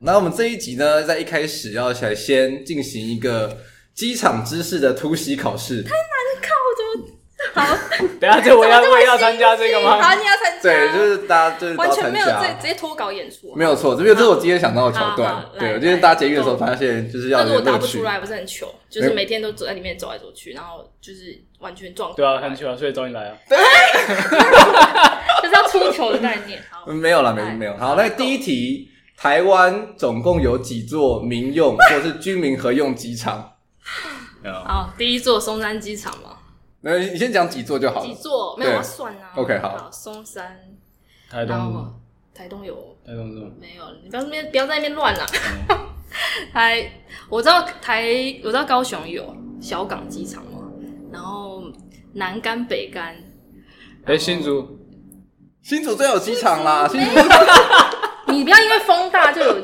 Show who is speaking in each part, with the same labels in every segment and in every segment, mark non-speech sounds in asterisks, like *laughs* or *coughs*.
Speaker 1: 那我们这一集呢，在一开始要想先进行一个机场知识的突袭考试。
Speaker 2: 好，
Speaker 3: 等一下这我要我也要参加这个吗？
Speaker 2: 好，啊你要参加，
Speaker 1: 对，就是大家就是都
Speaker 2: 完
Speaker 1: 要
Speaker 2: 全
Speaker 1: 参
Speaker 2: 没有这
Speaker 1: 加
Speaker 2: 直，接脱稿演出、啊。
Speaker 1: 没有错，这边这是我今天想到的桥
Speaker 2: 好
Speaker 1: 段
Speaker 2: 好。
Speaker 1: 对，
Speaker 2: 来
Speaker 1: 我今天搭捷运的时候发现，就是要
Speaker 2: 但是
Speaker 1: 有
Speaker 2: 我答
Speaker 1: 乐
Speaker 2: 不出
Speaker 1: 趣。
Speaker 2: 来，不是很糗，就是每天都走在里面走来走去，然后就是完全状况
Speaker 3: 对啊，很巧，所以找你来啊。
Speaker 2: 就是要出糗的概
Speaker 3: *laughs*
Speaker 2: 念。好，
Speaker 1: 嗯没有啦，没
Speaker 2: 来
Speaker 1: 没有。好，那第一题，台湾总共有几座民
Speaker 2: *laughs*
Speaker 1: 用或是居民合用机场？
Speaker 3: 啊
Speaker 2: 好，第一座松山机场嘛，
Speaker 1: 那你先讲几座就好
Speaker 2: 几
Speaker 1: 了。
Speaker 2: 座没有
Speaker 1: 对
Speaker 2: 我要算啊。
Speaker 1: OK，好
Speaker 2: 松山，
Speaker 3: 台
Speaker 2: 然
Speaker 3: 东
Speaker 2: 后，台东有
Speaker 3: 台东是吗？
Speaker 2: 没有？你不要在那边不要在那边乱啦。
Speaker 3: 嗯
Speaker 2: *laughs* 台，我知道台，我知道高雄有小港机场嘛，然后南干北干，
Speaker 3: 哎，新竹
Speaker 1: 新竹最有机场啦，新竹
Speaker 2: 你不要因为风大就有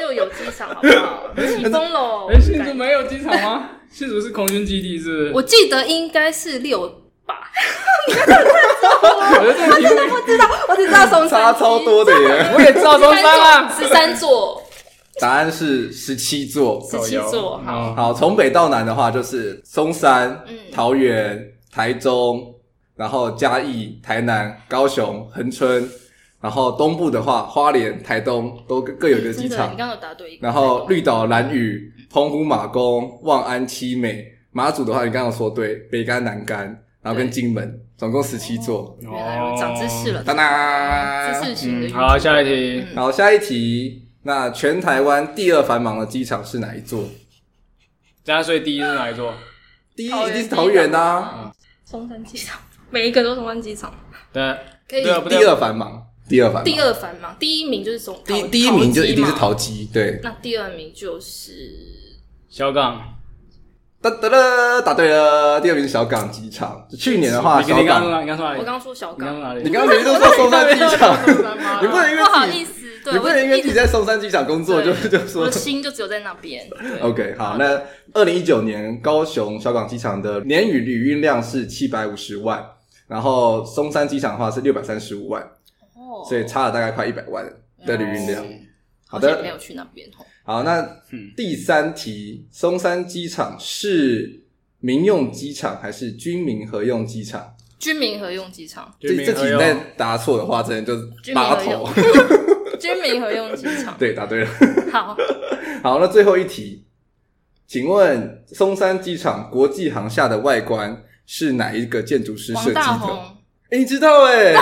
Speaker 2: 就有机场好不好？起风喽！
Speaker 3: 哎，新竹没有机场吗？新竹是空军基地是不
Speaker 2: 我
Speaker 3: 是？
Speaker 2: 记得应该是六吧，
Speaker 3: 我觉得这个题目
Speaker 2: 不知道，我只知道松
Speaker 1: 差超多的耶。
Speaker 3: 我也知道中山
Speaker 2: *laughs*
Speaker 3: 啊，
Speaker 2: 十三座，
Speaker 1: 答案是十七座。
Speaker 3: *laughs*
Speaker 2: 十七
Speaker 3: 哦
Speaker 2: 座，好，
Speaker 3: 好，
Speaker 1: 好，从北到南的话，就是松山、
Speaker 2: 嗯
Speaker 1: 桃园、台中，然后嘉义、台南、高雄、恒春，然后东部的话，花莲、台东都各各有一个机
Speaker 2: 真的，
Speaker 1: 场
Speaker 2: 你刚，刚有答对一个，
Speaker 1: 然后绿岛、兰屿、澎湖、马公、望安、七美、马祖的话，你刚刚说对，北干、南干，然后跟
Speaker 2: 对
Speaker 1: 金门，总共十七座。
Speaker 2: 原来我长知识了，
Speaker 1: 当当，
Speaker 2: 知识型的
Speaker 3: 嗯，
Speaker 2: 运
Speaker 3: 好，
Speaker 2: 动，
Speaker 3: 下一题，
Speaker 2: 嗯
Speaker 1: 好，下一题，那全台湾第二繁忙的机场是哪一座？
Speaker 3: 等一下所以第一是哪一座？
Speaker 1: 第一一定是桃园呐、啊，
Speaker 2: 嗯松山机场，每一个都松山机场，
Speaker 3: 等一下
Speaker 2: 可以
Speaker 3: 对。啊不
Speaker 1: 第二繁忙，第二繁忙，
Speaker 2: 第二繁忙，第一名就是松，
Speaker 1: 第
Speaker 2: 桃
Speaker 1: 第一名就一定是，
Speaker 2: 机嘛
Speaker 1: 桃机，对，
Speaker 2: 那第二名就是
Speaker 3: 小港，
Speaker 1: 哒哒哒，答对了，第二名是小港机场。去年的话，
Speaker 3: 你
Speaker 1: 小
Speaker 3: 你刚刚
Speaker 1: 港，
Speaker 3: 你刚说哪
Speaker 2: 我
Speaker 3: 里？
Speaker 2: 刚刚说小
Speaker 3: 你刚
Speaker 2: 港
Speaker 3: 说，哪里？
Speaker 1: 你刚刚明明就说松山机
Speaker 3: *laughs*
Speaker 1: 场，哎 *laughs* 你不能因为
Speaker 2: 不好
Speaker 1: 自己
Speaker 2: 意，思，对，
Speaker 1: 你不能因
Speaker 2: 我
Speaker 1: 为自己在松山机场工作就 *laughs*
Speaker 2: 对
Speaker 1: 就
Speaker 2: 我
Speaker 1: 说
Speaker 2: 的。心就只有在那边。对
Speaker 1: OK，好，那二零一九年高雄小港机场的年与旅运量是七百五十万，然后松山机场的话是六百三十五万，
Speaker 2: 哦
Speaker 1: 所以差了大概快一百万的旅运量。好
Speaker 2: 好
Speaker 1: 的
Speaker 2: 像没有去那边哦。
Speaker 1: 好，那
Speaker 3: 嗯
Speaker 1: 第三题，松山机场是民用机场还是军民合用机场？
Speaker 2: 军民合用机
Speaker 1: *laughs*
Speaker 2: 场，
Speaker 3: 居
Speaker 1: 这
Speaker 3: 民
Speaker 1: 这
Speaker 3: 合
Speaker 1: 题
Speaker 3: 用
Speaker 1: 再答错的话，真的就是
Speaker 2: 军民
Speaker 1: 八
Speaker 2: 合
Speaker 1: 头
Speaker 2: 用。，军民合用机场。
Speaker 1: *laughs* 对，答对了。
Speaker 2: 好，
Speaker 1: 好，那最后一题，请问松山机场国际航厦的外观是哪一个建筑师设
Speaker 2: 王
Speaker 1: 计
Speaker 2: 大啊
Speaker 1: 的？
Speaker 2: 红， *laughs*
Speaker 1: 哎，你知道哎、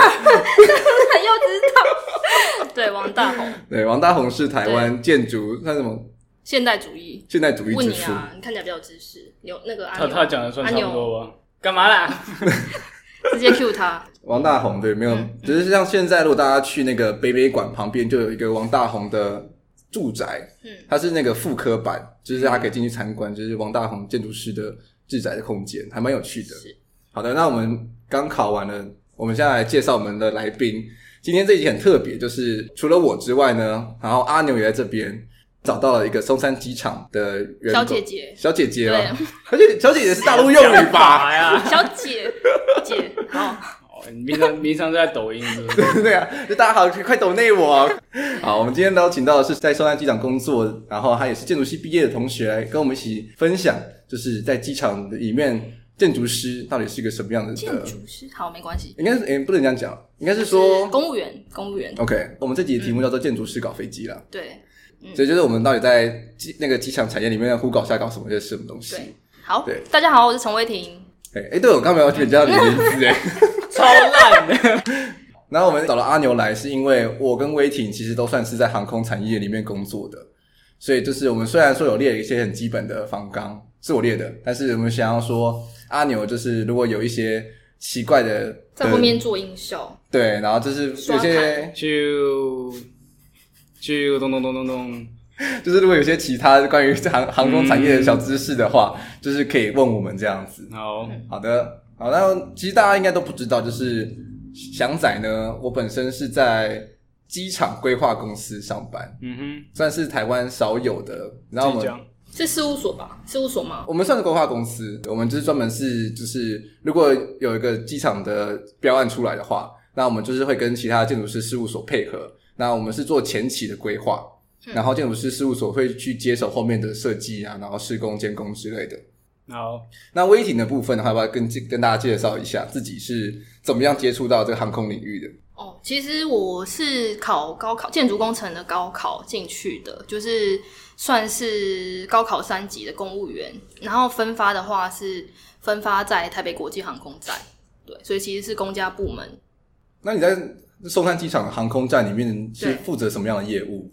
Speaker 2: 又知道，对， *laughs* 王大红，
Speaker 1: 对，王大红是台湾建筑那什么
Speaker 2: 现代主义。
Speaker 1: 现代主义
Speaker 2: 问
Speaker 1: 之
Speaker 2: 你
Speaker 1: 父。
Speaker 2: 啊，你看起来比较有知识，有那个阿
Speaker 3: 他
Speaker 2: 牛，
Speaker 3: 他讲的算
Speaker 2: 阿
Speaker 3: 差不
Speaker 2: 牛
Speaker 3: 多吧？干嘛啦？
Speaker 2: 直接 Q 他，
Speaker 1: 王大红对，没
Speaker 2: 嗯
Speaker 1: 有，只是像现在，如果大家去那个北北馆旁边，就有一个王大红的住宅，
Speaker 2: 嗯，
Speaker 1: 它是那个复刻版，就是大家可以进去参观，就是王大红建筑师的住宅的空间，还蛮有趣的。
Speaker 2: 是
Speaker 1: 好的，那我们刚考完了，我们现在来介绍我们的来宾。今天这一集很特别，就是除了我之外呢，然后阿牛也在这边找到了一个松山机场的员工
Speaker 2: 小姐，姐，
Speaker 1: 小姐姐啊
Speaker 2: 对
Speaker 1: 吧，， *laughs* 而且小姐姐是大陆用语吧？
Speaker 3: 法呀？
Speaker 2: 小姐姐，
Speaker 1: *laughs* 嗯
Speaker 2: 好，
Speaker 3: *laughs* 哦，你平常平常是在抖音是不是？
Speaker 1: 对啊，就大家好，快抖内我 *laughs* 啊。好，我们今天邀请到的是在松山机场工作，然后他也是建筑系毕业的同学，来跟我们一起分享，就是在机场里面建筑师到底是一个什么样的？呃
Speaker 2: 建筑师，好，没关系。
Speaker 1: 应该是，诶、不能这样讲，应该是说
Speaker 2: 公务员，公务员，
Speaker 1: ，OK，我们这集的题目叫做“建筑师搞飞机”啦。
Speaker 2: 对嗯
Speaker 1: 所以就是我们到底在机那个机场产业里面胡搞瞎搞什么些什么东西？
Speaker 2: 对，好
Speaker 1: 对，
Speaker 2: 大家好，我是陈威婷，
Speaker 1: 哎、诶对我刚没有去叫你的名字哎。
Speaker 3: 超烂的。
Speaker 1: 然后我们找了阿牛来，是因为我跟威婷其实都算是在航空产业里面工作的，所以就是我们虽然说有列一些很基本的方纲，是我列的，但是我们想要说阿牛就是如果有一些奇怪的
Speaker 2: 在后面
Speaker 1: 的
Speaker 2: 做音效，
Speaker 1: 对，然后就是有
Speaker 2: 刷
Speaker 1: 些
Speaker 2: 卡
Speaker 3: 就就咚咚咚咚咚，
Speaker 1: 就是如果有些其他关于航航空产业的小知识的话，就是可以问我们这样子。
Speaker 3: 好，
Speaker 1: 好的，好，那其实大家应该都不知道，就是翔仔呢，我本身是在机场规划公司上班。
Speaker 3: 嗯
Speaker 1: 算是台湾少有的。然后
Speaker 3: 哼，
Speaker 1: 我
Speaker 3: 自己
Speaker 1: 们
Speaker 3: 讲，
Speaker 2: 是事务所吧？事务所吗？
Speaker 1: 我们算是规划公司，我们就是专门是就是如果有一个机场的标案出来的话，那我们就是会跟其他建筑师事务所配合。那我们是做前期的规划，然后建筑师事务所会去接手后面的设计啊，然后施工、监工之类的。
Speaker 3: 好， *laughs*
Speaker 1: 那威霆的部分的话，要不要跟跟大家介绍一下自己是怎么样接触到这个航空领域的？
Speaker 2: 哦，其实我是考高考建筑工程的高考进去的，就是算是高考三级的公务员。然后分发的话是分发在台北国际航空站，对，所以其实是公家部门。
Speaker 1: 那你在松山机场的航空站里面是
Speaker 2: 对
Speaker 1: 负责什么样的业务？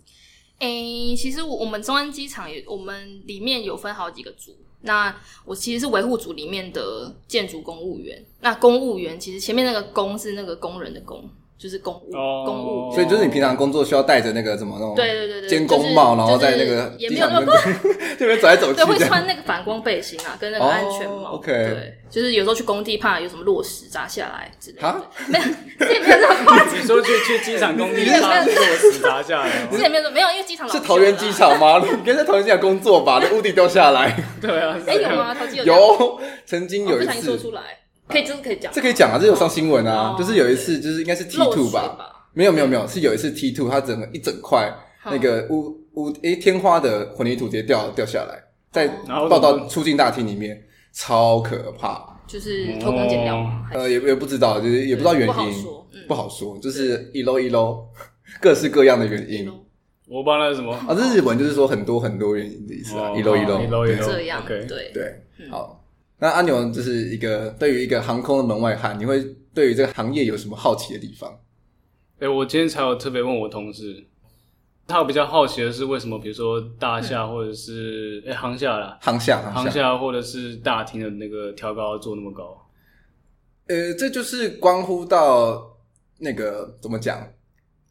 Speaker 2: 诶、其实我我们中安机场也，我们里面有分好几个组。那我其实是维护组里面的建筑公务员。那公务员其实前面那个“工”是那个工人的“工”，就是公务、
Speaker 3: 哦
Speaker 2: 公务员。
Speaker 1: 所以就是你平常工作需要戴着那个什么那种
Speaker 2: 对对对对，
Speaker 1: 监
Speaker 2: 就
Speaker 1: 工
Speaker 2: 是
Speaker 1: 帽，然
Speaker 2: 就
Speaker 1: 后
Speaker 2: 是
Speaker 1: 在那个
Speaker 2: 也
Speaker 1: 机
Speaker 2: 没有
Speaker 1: 场
Speaker 2: 那
Speaker 1: 那
Speaker 2: 么
Speaker 1: 边
Speaker 2: *laughs*
Speaker 1: 这边走来走去
Speaker 2: 对，会
Speaker 1: 这样。
Speaker 2: 穿那个反光背心啊，跟那个安全
Speaker 1: 哦
Speaker 2: 帽。
Speaker 1: ，OK
Speaker 2: 对，就是有时候去工地怕有什么落石砸下来之类的
Speaker 1: 哈。
Speaker 2: 没有，这也没有这么夸张，
Speaker 3: 你说去去机场工地把这个石砸下来
Speaker 1: *laughs*
Speaker 2: 这
Speaker 3: 吗？
Speaker 2: 也没有这么没有，因为机场老
Speaker 1: 是桃园机
Speaker 2: 旧啦。
Speaker 1: 场吗？ *laughs* 你应该在桃园机场工作
Speaker 2: *laughs*
Speaker 1: 吧？那屋顶掉下来，
Speaker 3: 对啊，
Speaker 2: 哎，有吗？桃机有这样吗，
Speaker 1: 有曾经
Speaker 2: 我
Speaker 1: 有
Speaker 2: 哦不
Speaker 1: 一
Speaker 2: 小心说
Speaker 1: 次，
Speaker 2: 出来，可以，这个可以讲。
Speaker 1: 这可以讲啊，这有上新闻啊
Speaker 2: 哦。
Speaker 1: 就是有一次，就是应该是 T
Speaker 2: 漏
Speaker 1: two
Speaker 2: 水
Speaker 1: 吧？
Speaker 2: 吧？
Speaker 1: 没有没有没有，是有一次 T two 它整个一整块
Speaker 2: 好
Speaker 1: 那个屋屋诶天花的混凝土直接掉掉下来，在
Speaker 2: 哦
Speaker 3: 然后
Speaker 1: 报到出境大厅里面，超可怕。
Speaker 2: 就是偷工减料嘛，还是
Speaker 1: 呃，也也不知道，就是也不知道原
Speaker 2: 不好
Speaker 1: 因，
Speaker 2: 说，嗯，
Speaker 1: 不好说，就是一楼一楼，各式各样的原因。
Speaker 3: 我帮了什么？
Speaker 1: 啊，这日文就是说很多很多原因的意思啊，
Speaker 3: 哦
Speaker 1: 一楼一楼，
Speaker 3: 一楼一楼
Speaker 2: 这样
Speaker 3: OK
Speaker 2: 对。
Speaker 1: 对，
Speaker 2: 嗯
Speaker 1: 好。那阿牛就是一个对于一个航空的门外汉，你会对于这个行业有什么好奇的地方？
Speaker 3: 哎、我今天才有特别问我同事，他有比较好奇的是为什么，比如说大厦或者是哎、航厦啦，
Speaker 1: 嗯航下，
Speaker 3: 航
Speaker 1: 下，
Speaker 3: 厦或者是大厅的那个调高要做那么高，
Speaker 1: 呃，这就是关乎到那个怎么讲，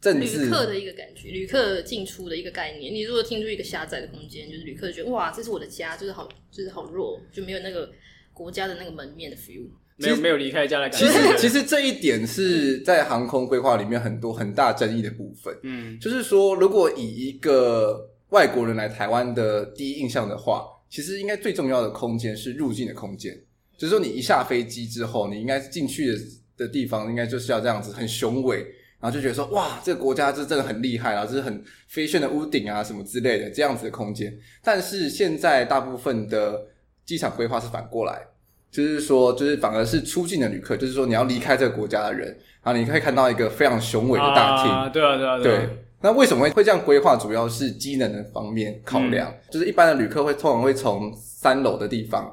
Speaker 1: 政
Speaker 2: 旅
Speaker 1: 治
Speaker 2: 客的一个感觉，旅客进出的一个概念。你如果进入一个狭窄的空间，就是旅客觉得哇，这是我的家，就是好，就是好弱，就没有那个国家的那个门面的 feel。
Speaker 3: 没有没有离开家的感
Speaker 1: 其
Speaker 3: 觉。
Speaker 1: 实其实这一点是在航空规划里面很多很大争议的部分。
Speaker 3: 嗯，
Speaker 1: 就是说，如果以一个外国人来台湾的第一印象的话，其实应该最重要的空间是入境的空间。就是说，你一下飞机之后，你应该进去的的地方，应该就是要这样子，很雄伟，然后就觉得说，哇，这个国家这真的很厉害啊，这是很飞旋的屋顶啊，什么之类的这样子的空间。但是现在大部分的机场规划是反过来，就是说，就是反而是出境的旅客，就是说你要离开这个国家的人，然后你可以看到一个非常雄伟的大厅，
Speaker 3: 啊，对啊对啊啊
Speaker 1: 对，那为什么会会这样规划？主要是机能的方面考量，
Speaker 3: 嗯
Speaker 1: 就是一般的旅客会通常会从三楼的地方，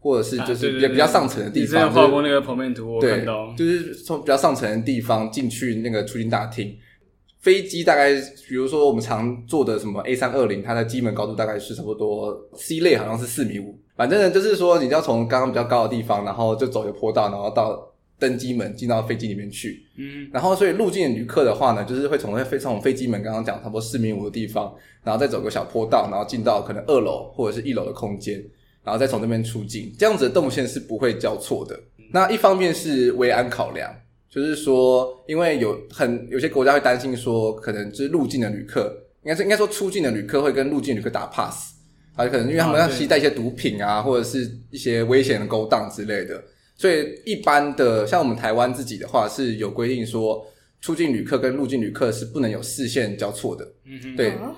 Speaker 1: 或者是
Speaker 3: 啊
Speaker 1: 就
Speaker 3: 对
Speaker 1: 是
Speaker 3: 对
Speaker 1: 比
Speaker 3: 对
Speaker 1: 较比较上层的地
Speaker 3: 你之前
Speaker 1: 方，
Speaker 3: 画过那个剖面图，我
Speaker 1: 就是
Speaker 3: 看到
Speaker 1: 对，。就是从比较上层的地方进去那个出境大厅。飞机大概，比如说我们常坐的什么 A 三二零，它的机门高度大概是差不多 C 类好像是四米五，反正呢就是说你要从刚刚比较高的地方，然后就走一个坡道，然后到登机门进到飞机里面去。
Speaker 3: 嗯，
Speaker 1: 然后，所以入境旅客的话呢，就是会从飞从飞机门刚刚讲差不多四米五的地方，然后再走个小坡道，然后进到可能二楼或者是一楼的空间，然后再从这边出境，这样子的动线是不会交错的。那一方面是维安考量，就是说，因为有很有些国家会担心说，可能就是入境的旅客，应该是应该说出境的旅客会跟入境旅客打 pass，啊，可能因为他们
Speaker 3: 啊
Speaker 1: 要
Speaker 3: 对
Speaker 1: 携带一些毒品
Speaker 2: 嗯
Speaker 1: 啊，或者是一些危险的勾当之类的，所以一般的像我们台湾自己的话是有规定说，出境旅客跟入境旅客是不能有视线交错的，
Speaker 3: 嗯哼，
Speaker 1: 对
Speaker 2: 啊，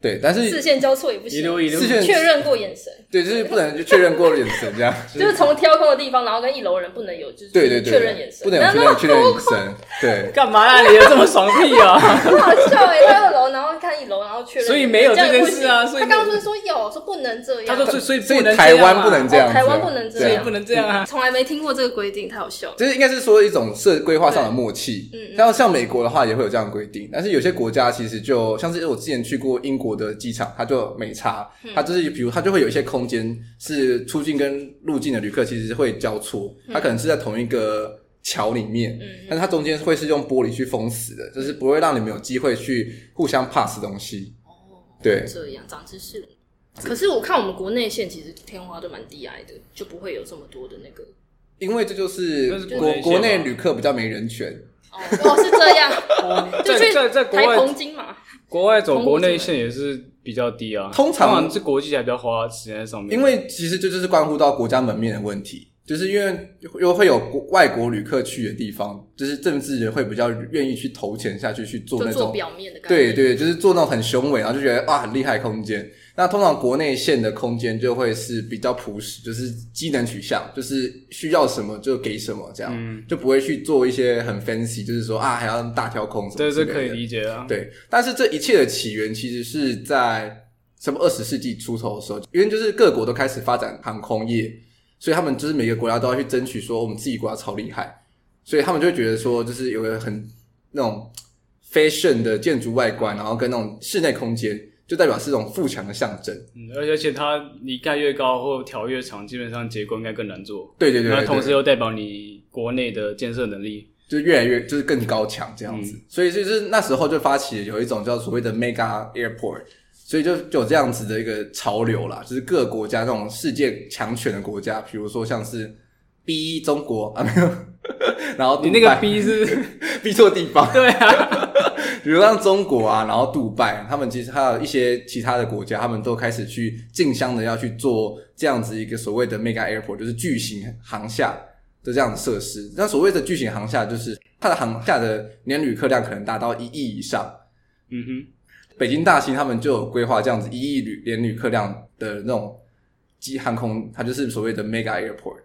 Speaker 1: 对，但
Speaker 2: 视
Speaker 1: 是
Speaker 2: 线交错也不
Speaker 3: 一
Speaker 2: 行，
Speaker 3: 路一路
Speaker 1: 视线
Speaker 2: 确认过眼神，
Speaker 1: 对就是不能就确认过眼神这样，
Speaker 2: *laughs* 就是从挑空的地方，然后跟一楼的人不能有就是
Speaker 1: 对对对，
Speaker 2: 确认眼神，
Speaker 1: 不能有确认确
Speaker 2: *laughs*
Speaker 1: 认眼神，对。
Speaker 3: 干嘛啊？你这么爽屁
Speaker 1: *laughs*
Speaker 3: 啊？
Speaker 2: 很好笑哎、在二楼，然后看一楼，然后确认，
Speaker 3: 所以没有
Speaker 2: 这样也
Speaker 3: 这件
Speaker 2: 不行
Speaker 3: 事啊所以
Speaker 2: 他刚刚不是说有，说不能这样，
Speaker 3: 他说所以所以
Speaker 1: 所以
Speaker 3: 不能
Speaker 1: 台
Speaker 3: 这样啊
Speaker 1: 湾不能这样子啊，
Speaker 2: 哦台湾不能这
Speaker 1: 对
Speaker 3: 所以
Speaker 1: 啊
Speaker 2: 样
Speaker 3: 不能这样啊。
Speaker 2: 从来没听过这个规定，太好笑了。
Speaker 1: 就是应该是说一种社规划上的默契。
Speaker 2: 对嗯嗯
Speaker 1: 然后像美国的话也会有这样的规定，但是有些国家其实就像是我之前去过英国的机场，它就没差，
Speaker 2: 嗯
Speaker 1: 它就是比如它就会有一些空间是出境跟入境的旅客其实会交错，它可能是在同一个桥里面。
Speaker 2: 嗯
Speaker 1: 但是它中间会是用玻璃去封死的，就是不会让你们有机会去互相 pass 东西。
Speaker 2: 哦，
Speaker 1: 对
Speaker 2: 这样长知识了。可是我看我们国内线其实天花都蛮低矮的，就不会有这么多的那个。
Speaker 1: 因为这就是
Speaker 3: 那是
Speaker 1: 国
Speaker 3: 国内线
Speaker 1: 国内
Speaker 3: 嘛
Speaker 1: 旅客比较没人权，
Speaker 2: 哦，哦是这样，就
Speaker 3: *laughs* 在
Speaker 2: 去
Speaker 3: 在在国
Speaker 2: 台
Speaker 3: 外
Speaker 2: 澎金嘛。
Speaker 3: 国外走国内线也是比较低啊，
Speaker 1: 通常
Speaker 3: 是国际才比较花时间在上面。
Speaker 1: 因为其实这就是关乎到国家门面的问题。就是因为又会有国外国旅客去的地方，就是政治人会比较愿意去投钱下去去做
Speaker 2: 就
Speaker 1: 那
Speaker 2: 做
Speaker 1: 种
Speaker 2: 表面的感
Speaker 1: 对
Speaker 2: 觉。
Speaker 1: 对，就是做那种很雄伟，然后就觉得哇很厉害的空间。那通常国内线的空间就会是比较朴实，就是机能取向，就是需要什么就给什么，这样、
Speaker 3: 嗯，
Speaker 1: 就不会去做一些很 fancy，就是说啊还要大挑空什么
Speaker 3: 对，
Speaker 1: 之
Speaker 3: 这
Speaker 1: 类
Speaker 3: 可以
Speaker 1: 的
Speaker 3: 理解啊。
Speaker 1: 对，但是这一切的起源其实是在什么二十世纪出头的时候，因为就是各国都开始发展航空业，所以他们就是每个国家都要去争取说我们自己国家超厉害，所以他们就会觉得说就是有个很那种 fashion 的建筑外观，然后跟那种室内空间，就代表是一种富强的象征。
Speaker 3: 嗯，而且而且它你盖越高或调越长，基本上结构应该更难做。
Speaker 1: 对对对
Speaker 3: 那
Speaker 1: 对
Speaker 3: 同
Speaker 1: 对
Speaker 3: 时又代表你国内的建设能力。
Speaker 1: 就越来越就是更高强这样子，
Speaker 3: 嗯
Speaker 1: 所以就是那时候就发起有一种叫所谓的 mega airport，所以就就有这样子的一个潮流啦，就是各个国家那种世界强权的国家，比如说像是 B 中国啊没有， *laughs* 然后
Speaker 3: 你那个
Speaker 1: 逼
Speaker 3: B 是，
Speaker 1: *laughs* 逼错地方，
Speaker 3: 对啊，
Speaker 1: 比如像中国啊，然后杜拜，他们其实还有一些其他的国家，他们都开始去竞相的要去做这样子一个所谓的 mega airport，就是巨型航厦的这样的设施。那所谓的巨型航厦，就是它的航厦的年旅客量可能达到一亿以上。
Speaker 3: 嗯哼，
Speaker 1: 北京大兴他们就有规划这样子一亿旅年旅客量的那种机航空，它就是所谓的 mega airport，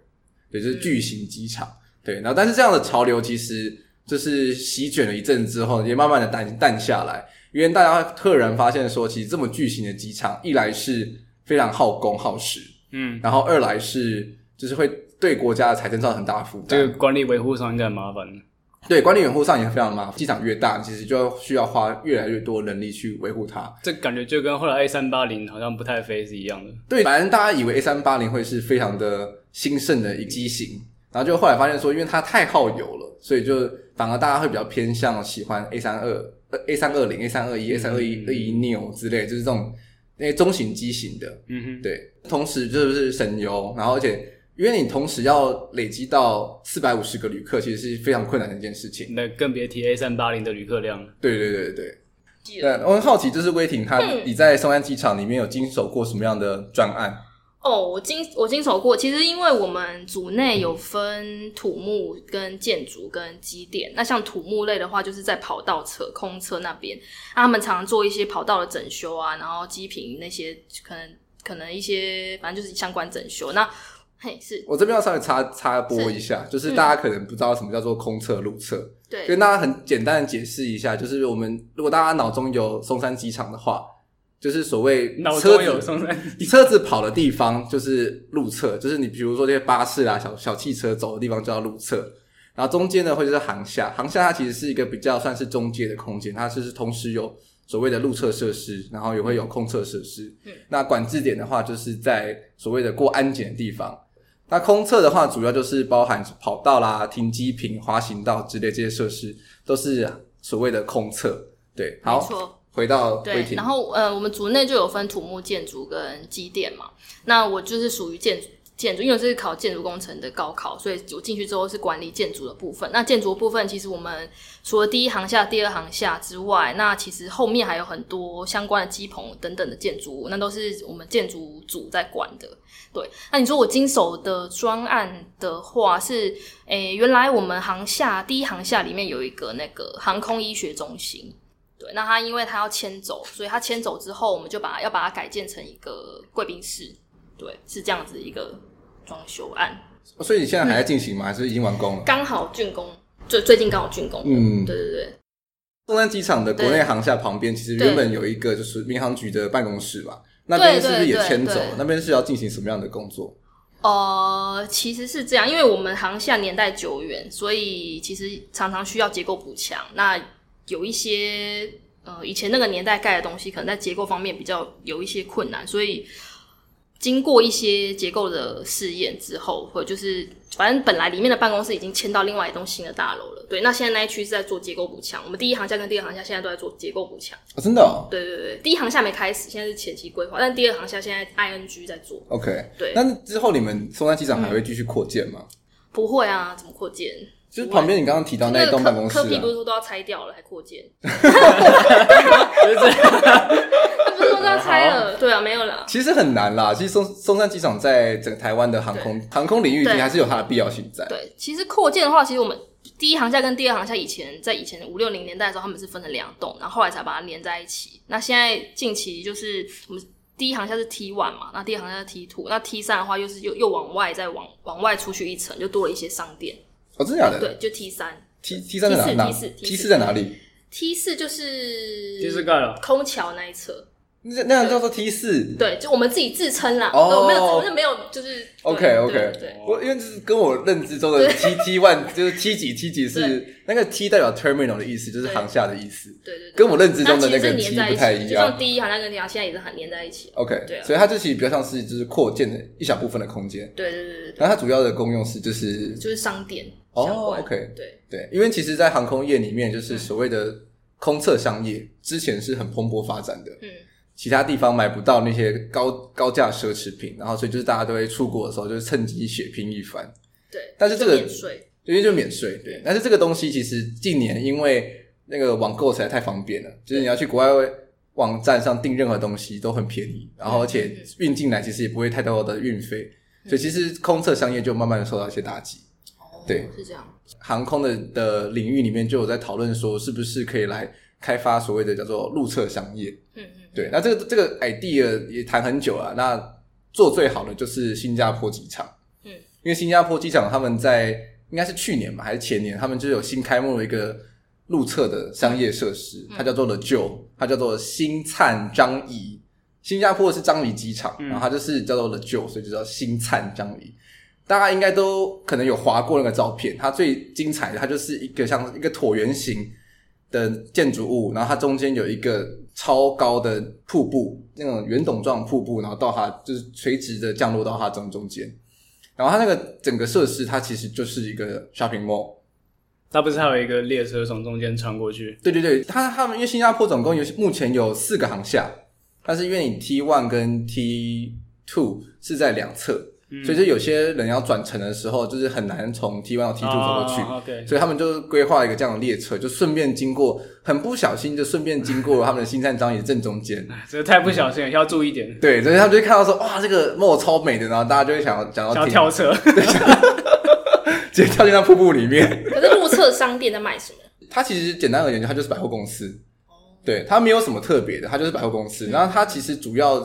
Speaker 1: 也就是巨型机场。对，然后但是这样的潮流其实就是席卷了一阵之后，也慢慢的淡淡下来，因为大家赫然发现说，其实这么巨型的机场，一来是非常耗工耗时，
Speaker 3: 嗯，
Speaker 1: 然后二来是就是会对国家的财政造成很大的负担。
Speaker 3: 这个管理维护上应该很麻烦。
Speaker 1: 对管理维护上也非常麻烦，机场越大，其实就要需要花越来越多人力去维护它。
Speaker 3: 这感觉就跟后来 A 三八零好像不太飞是一样的。
Speaker 1: 对，反正大家以为 A 三八零会是非常的兴盛的一个机型，然后就后来发现说，因为它太耗油了，所以就反而大家会比较偏向喜欢 A 三二、A 呃三二零、A 三二一、A 三二一、二一 neo 之类，就是这种那些中型机型的。
Speaker 3: 嗯哼，
Speaker 1: 对，同时就是省油，然后而且因为你同时要累积到四百五十个旅客，其实是非常困难的一件事情。
Speaker 3: 那更别提 A 三八零的旅客量。
Speaker 1: 对对对对对。
Speaker 2: 记
Speaker 1: 对
Speaker 2: 得，
Speaker 1: 我很好奇，就是威霆他你在松山机场里面有经手过什么样的专案？
Speaker 2: 哦，我经我经手过。其实因为我们组内有分土木、跟建筑、跟机电。那像土木类的话，就是在跑道车、空车那边，那他们常做一些跑道的整修啊，然后机坪那些可能可能一些，反正就是相关整修。那嘿，是
Speaker 1: 我这边要稍微插插播一下，就是
Speaker 2: 嗯
Speaker 1: 大家可能不知道什么叫做空侧路侧，
Speaker 2: 对，
Speaker 1: 跟大家很简单的解释一下，就是我们如果大家脑中有松山机场的话，就是所谓
Speaker 3: 脑
Speaker 1: 车
Speaker 3: 中
Speaker 1: 子
Speaker 3: 有松山，
Speaker 1: 车子跑的地方就是路侧，就是你比如说这些巴士啊、小小汽车走的地方叫路侧，然后中间呢会就是航下，航下它其实是一个比较算是中介的空间，它就是同时有所谓的路侧设施，然后也会有空侧设施。
Speaker 2: 嗯
Speaker 1: 那管制点的话，就是在所谓的过安检的地方。那空侧的话，主要就是包含跑道啦、停机坪、滑行道之类这些设施，都是所谓的空侧。对，
Speaker 2: 没
Speaker 1: 好，
Speaker 2: 错。
Speaker 1: 回到归
Speaker 2: 对，
Speaker 1: 停
Speaker 2: 然。后呃，我们组内就有分土木建筑跟机电嘛。那我就是属于建筑建筑，因为我是考建筑工程的高考，所以我进去之后是管理建筑的部分。那建筑的部分，其实我们除了第一行下、第二行下之外，那其实后面还有很多相关的机棚等等的建筑物，那都是我们建筑组在管的。对，那你说我经手的专案的话是，诶，原来我们航厦第一航厦里面有一个那个航空医学中心，对，那他因为他要迁走，所以他迁走之后，我们就把要把它改建成一个贵宾室，对，是这样子一个装修案，
Speaker 1: 所以你现在还在进行吗？还是已经完工了？
Speaker 2: 刚好竣工，最最近刚好竣工，
Speaker 1: 嗯
Speaker 2: 对对对，
Speaker 1: 松山机场的国内航厦旁边，其实
Speaker 2: 对
Speaker 1: 原本有一个就是民航局的办公室吧，那边是不是也迁走
Speaker 2: 对对
Speaker 1: 了？
Speaker 2: 对
Speaker 1: 那边是要进行什么样的工作？
Speaker 2: 呃，其实是这样，因为我们航厦年代久远，所以其实常常需要结构补强，那有一些呃以前那个年代盖的东西，可能在结构方面比较有一些困难，所以经过一些结构的试验之后，或者就是反正本来里面的办公室已经迁到另外一栋新的大楼了。对，那现在那一区是在做结构补强，我们第一航厦跟第二航厦现在都在做结构补强。
Speaker 1: 哦、真的、哦、
Speaker 2: 对对对，第一航厦没开始，现在是前期规划，但第二航厦现在 ING 在做。
Speaker 1: ？OK，
Speaker 2: 对
Speaker 1: 那之后你们松山机场还会继续扩建吗？
Speaker 2: 不会啊，怎么扩建？
Speaker 1: 就是旁边你刚刚提到那一栋办公室、
Speaker 2: 科
Speaker 1: 啊
Speaker 2: 科批不，是说都要拆掉了，还扩
Speaker 3: *laughs*
Speaker 2: 建？
Speaker 3: 就是这样。
Speaker 2: 他不是说都要拆了？对啊，没有啦。
Speaker 1: 其实很难啦。其实松松山机场在整个台湾的航空航空领域，
Speaker 2: 对
Speaker 1: 还是有它的必要性在。
Speaker 2: 对，其实扩建的话，其实我们第一航厦跟第二航厦以前在以前五六零年代的时候，他们是分成两栋，然后后来才把它连在一起。那现在近期就是我们第一航厦是 T one 嘛，那第二航厦是 T two，那 T 三的话又是又又往外再往往外出去一层，就多了一些商店。
Speaker 1: 哦，真的假的
Speaker 2: 对，就 T 三
Speaker 1: ？T T 三在哪？
Speaker 2: T4
Speaker 1: 哪
Speaker 2: T4
Speaker 1: T 四在哪里？
Speaker 2: ，T 四就是
Speaker 3: 第四盖了，
Speaker 2: 空桥那一侧。
Speaker 1: 那那样叫做 T 四。
Speaker 2: 对，就我们自己自称啦，
Speaker 1: 哦
Speaker 2: 我没有，我是没有，就是对
Speaker 1: OK，OK
Speaker 2: 对对
Speaker 1: 我因为这是跟我认知中的 T T
Speaker 2: *laughs*
Speaker 1: one 就是 T 几 T 几是那个 T 代表 terminal 的意思，就是
Speaker 2: 对
Speaker 1: 航厦的意思，
Speaker 2: 对对对，
Speaker 1: 跟我认知中的那个
Speaker 2: 它其实是
Speaker 1: T
Speaker 2: 粘
Speaker 1: 不太
Speaker 2: 在一
Speaker 1: 一
Speaker 2: 起，就像
Speaker 1: 样。
Speaker 2: 第一行那跟第二行现在也是很粘在一起。
Speaker 1: OK，
Speaker 2: 对啊
Speaker 1: 所以它这其实比较像是就是扩建的一小部分的空间，
Speaker 2: 对对对对对，
Speaker 1: 然后它主要的功用是就是
Speaker 2: 就是商店
Speaker 1: 哦
Speaker 2: 相关。
Speaker 1: ，OK
Speaker 2: 对
Speaker 1: 对，因为其实，在航空业里面，就是
Speaker 2: 嗯
Speaker 1: 所谓的空测商业之前是很蓬勃发展的，
Speaker 2: 嗯，
Speaker 1: 其他地方买不到那些高高价奢侈品，然后所以就是大家都会出国的时候，就是趁机血拼一番。
Speaker 2: 对。
Speaker 1: 但是这
Speaker 2: 就
Speaker 1: 个
Speaker 2: 免税，
Speaker 1: 因为就免税，对。但是这个东西其实近年因为那个网购实在太方便了，就是你要去国外网站上订任何东西都很便宜，然后而且运进来其实也不会太多的运费，所以其实空测商业就慢慢的受到一些打击。
Speaker 2: 哦
Speaker 1: 对，
Speaker 2: 是这样。
Speaker 1: 航空的的领域里面就有在讨论说，是不是可以来开发所谓的叫做路测商业。
Speaker 2: 嗯嗯，
Speaker 1: 对，那这个这个 idea 也谈很久了。那做最好的就是新加坡机场，
Speaker 2: 嗯
Speaker 1: 因为新加坡机场他们在应该是去年吧，还是前年，他们就有新开幕了一个路侧的商业设施，它叫做 The Jill，它叫做新灿张仪。新加坡是张仪机场，
Speaker 3: 嗯
Speaker 1: 然后它就是叫做 The Jill，所以就叫新灿张仪。大家应该都可能有划过那个照片，它最精彩的，它就是一个像一个椭圆形的建筑物，然后它中间有一个超高的瀑布，那种圆筒状瀑布，然后到它就是垂直的降落到它正中间。然后它那个整个设施，它其实就是一个 shopping mall。
Speaker 3: 它不是还有一个列车从中间穿过去？
Speaker 1: 对对对，它他们因为新加坡总共有目前有四个航厦，但是因为你 T one 跟 T two 是在两侧，
Speaker 3: 嗯
Speaker 1: 所以就有些人要转乘的时候，就是很难从 T one 到 T two 走过去。
Speaker 3: 啊 OK，
Speaker 1: 所以他们就规划一个这样的列车，就顺便经过，很不小心就顺便经过他们的新站张仪正中
Speaker 3: *laughs*
Speaker 1: 间。
Speaker 3: 这个太不小心了，要注意点，
Speaker 1: 对，所以他们就会看到说，哇，这个帽超美的，然后大家就会想要想要
Speaker 3: 想要
Speaker 1: 停
Speaker 3: 跳车。
Speaker 1: 直接跳进那瀑布里面。
Speaker 2: 可是路侧商店在卖什么？
Speaker 1: 它其实简单而言，它就是百货公司，对，它没有什么特别的，它就是百货公司。然后它其实主要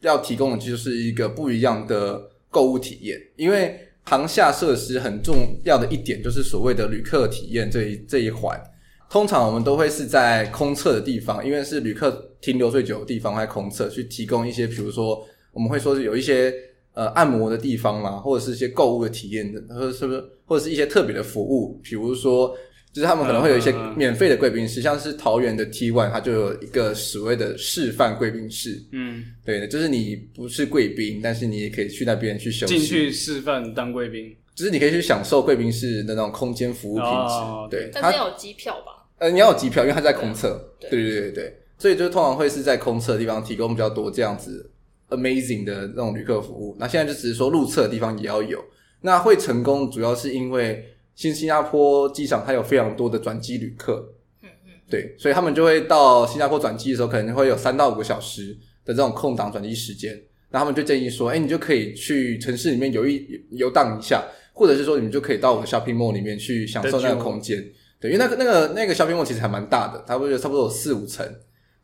Speaker 1: 要提供的就是一个不一样的购物体验，因为航下设施很重要的一点就是所谓的旅客体验这一这一环。通常我们都会是在空侧的地方，因为是旅客停留最久的地方，在空侧去提供一些，比如说我们会说是有一些呃按摩的地方啦，或者是一些购物的体验的，或者是不是或者是一些特别的服务，比如说就是他们可能会有一些
Speaker 3: 嗯嗯嗯
Speaker 1: 免费的贵宾室，像是桃园的 T One，它就有一个所谓的示范贵宾室，
Speaker 3: 嗯，
Speaker 1: 对的，就是你不是贵宾，但是你也可以去那边去休息，
Speaker 3: 进去示范当贵宾，
Speaker 1: 就是你可以去享受贵宾室的那种空间服务品质，
Speaker 3: 哦
Speaker 1: 对，它
Speaker 2: 但是要有机票吧？
Speaker 1: 呃，你要有机票，因为它在空侧。对
Speaker 2: 对
Speaker 1: 对对对对，所以就是通常会是在空侧的地方提供比较多这样子 amazing 的那种旅客服务。那现在就只是说路侧的地方也要有。那会成功主要是因为新新加坡机场它有非常多的转机旅客，
Speaker 2: 嗯嗯，
Speaker 1: 对，所以他们就会到新加坡转机的时候，可能会有三到五个小时的这种空档转机时间。那他们就建议说，哎，你就可以去城市里面游一游荡一下，或者是说你们就可以到我的 shopping mall 里面去享受那个空间。对，因为那个那个那个 shopping mall 其实还蛮大的，它不是差不多有四五层，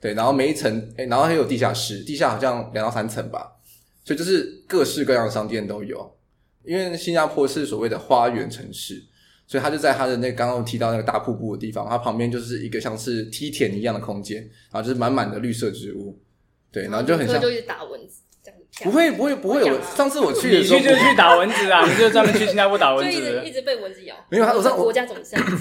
Speaker 1: 对，然后每一层，哎，然后还有地下室，地下好像两到三层吧，所以就是各式各样的商店都有。因为新加坡是所谓的花园城市，所以它就在它的那个刚刚提到那个大瀑布的地方，它旁边就是一个像是梯田一样的空间，然后就是满满的绿色植物，对，然后就很
Speaker 2: 旅客
Speaker 1: 像
Speaker 2: 就一直打蚊子这样子啪，
Speaker 1: 不会不会不会有
Speaker 2: 我讲，啊
Speaker 1: 上次我去
Speaker 3: 你
Speaker 1: 的时候
Speaker 3: 去就去打蚊子啊！你就专门去新加坡打
Speaker 2: 就
Speaker 3: 蚊
Speaker 2: 一直一
Speaker 3: 子。
Speaker 2: 直被蚊子咬。
Speaker 1: 没有啊他我知道
Speaker 2: 这个国家怎么
Speaker 1: *coughs*
Speaker 2: 这样子？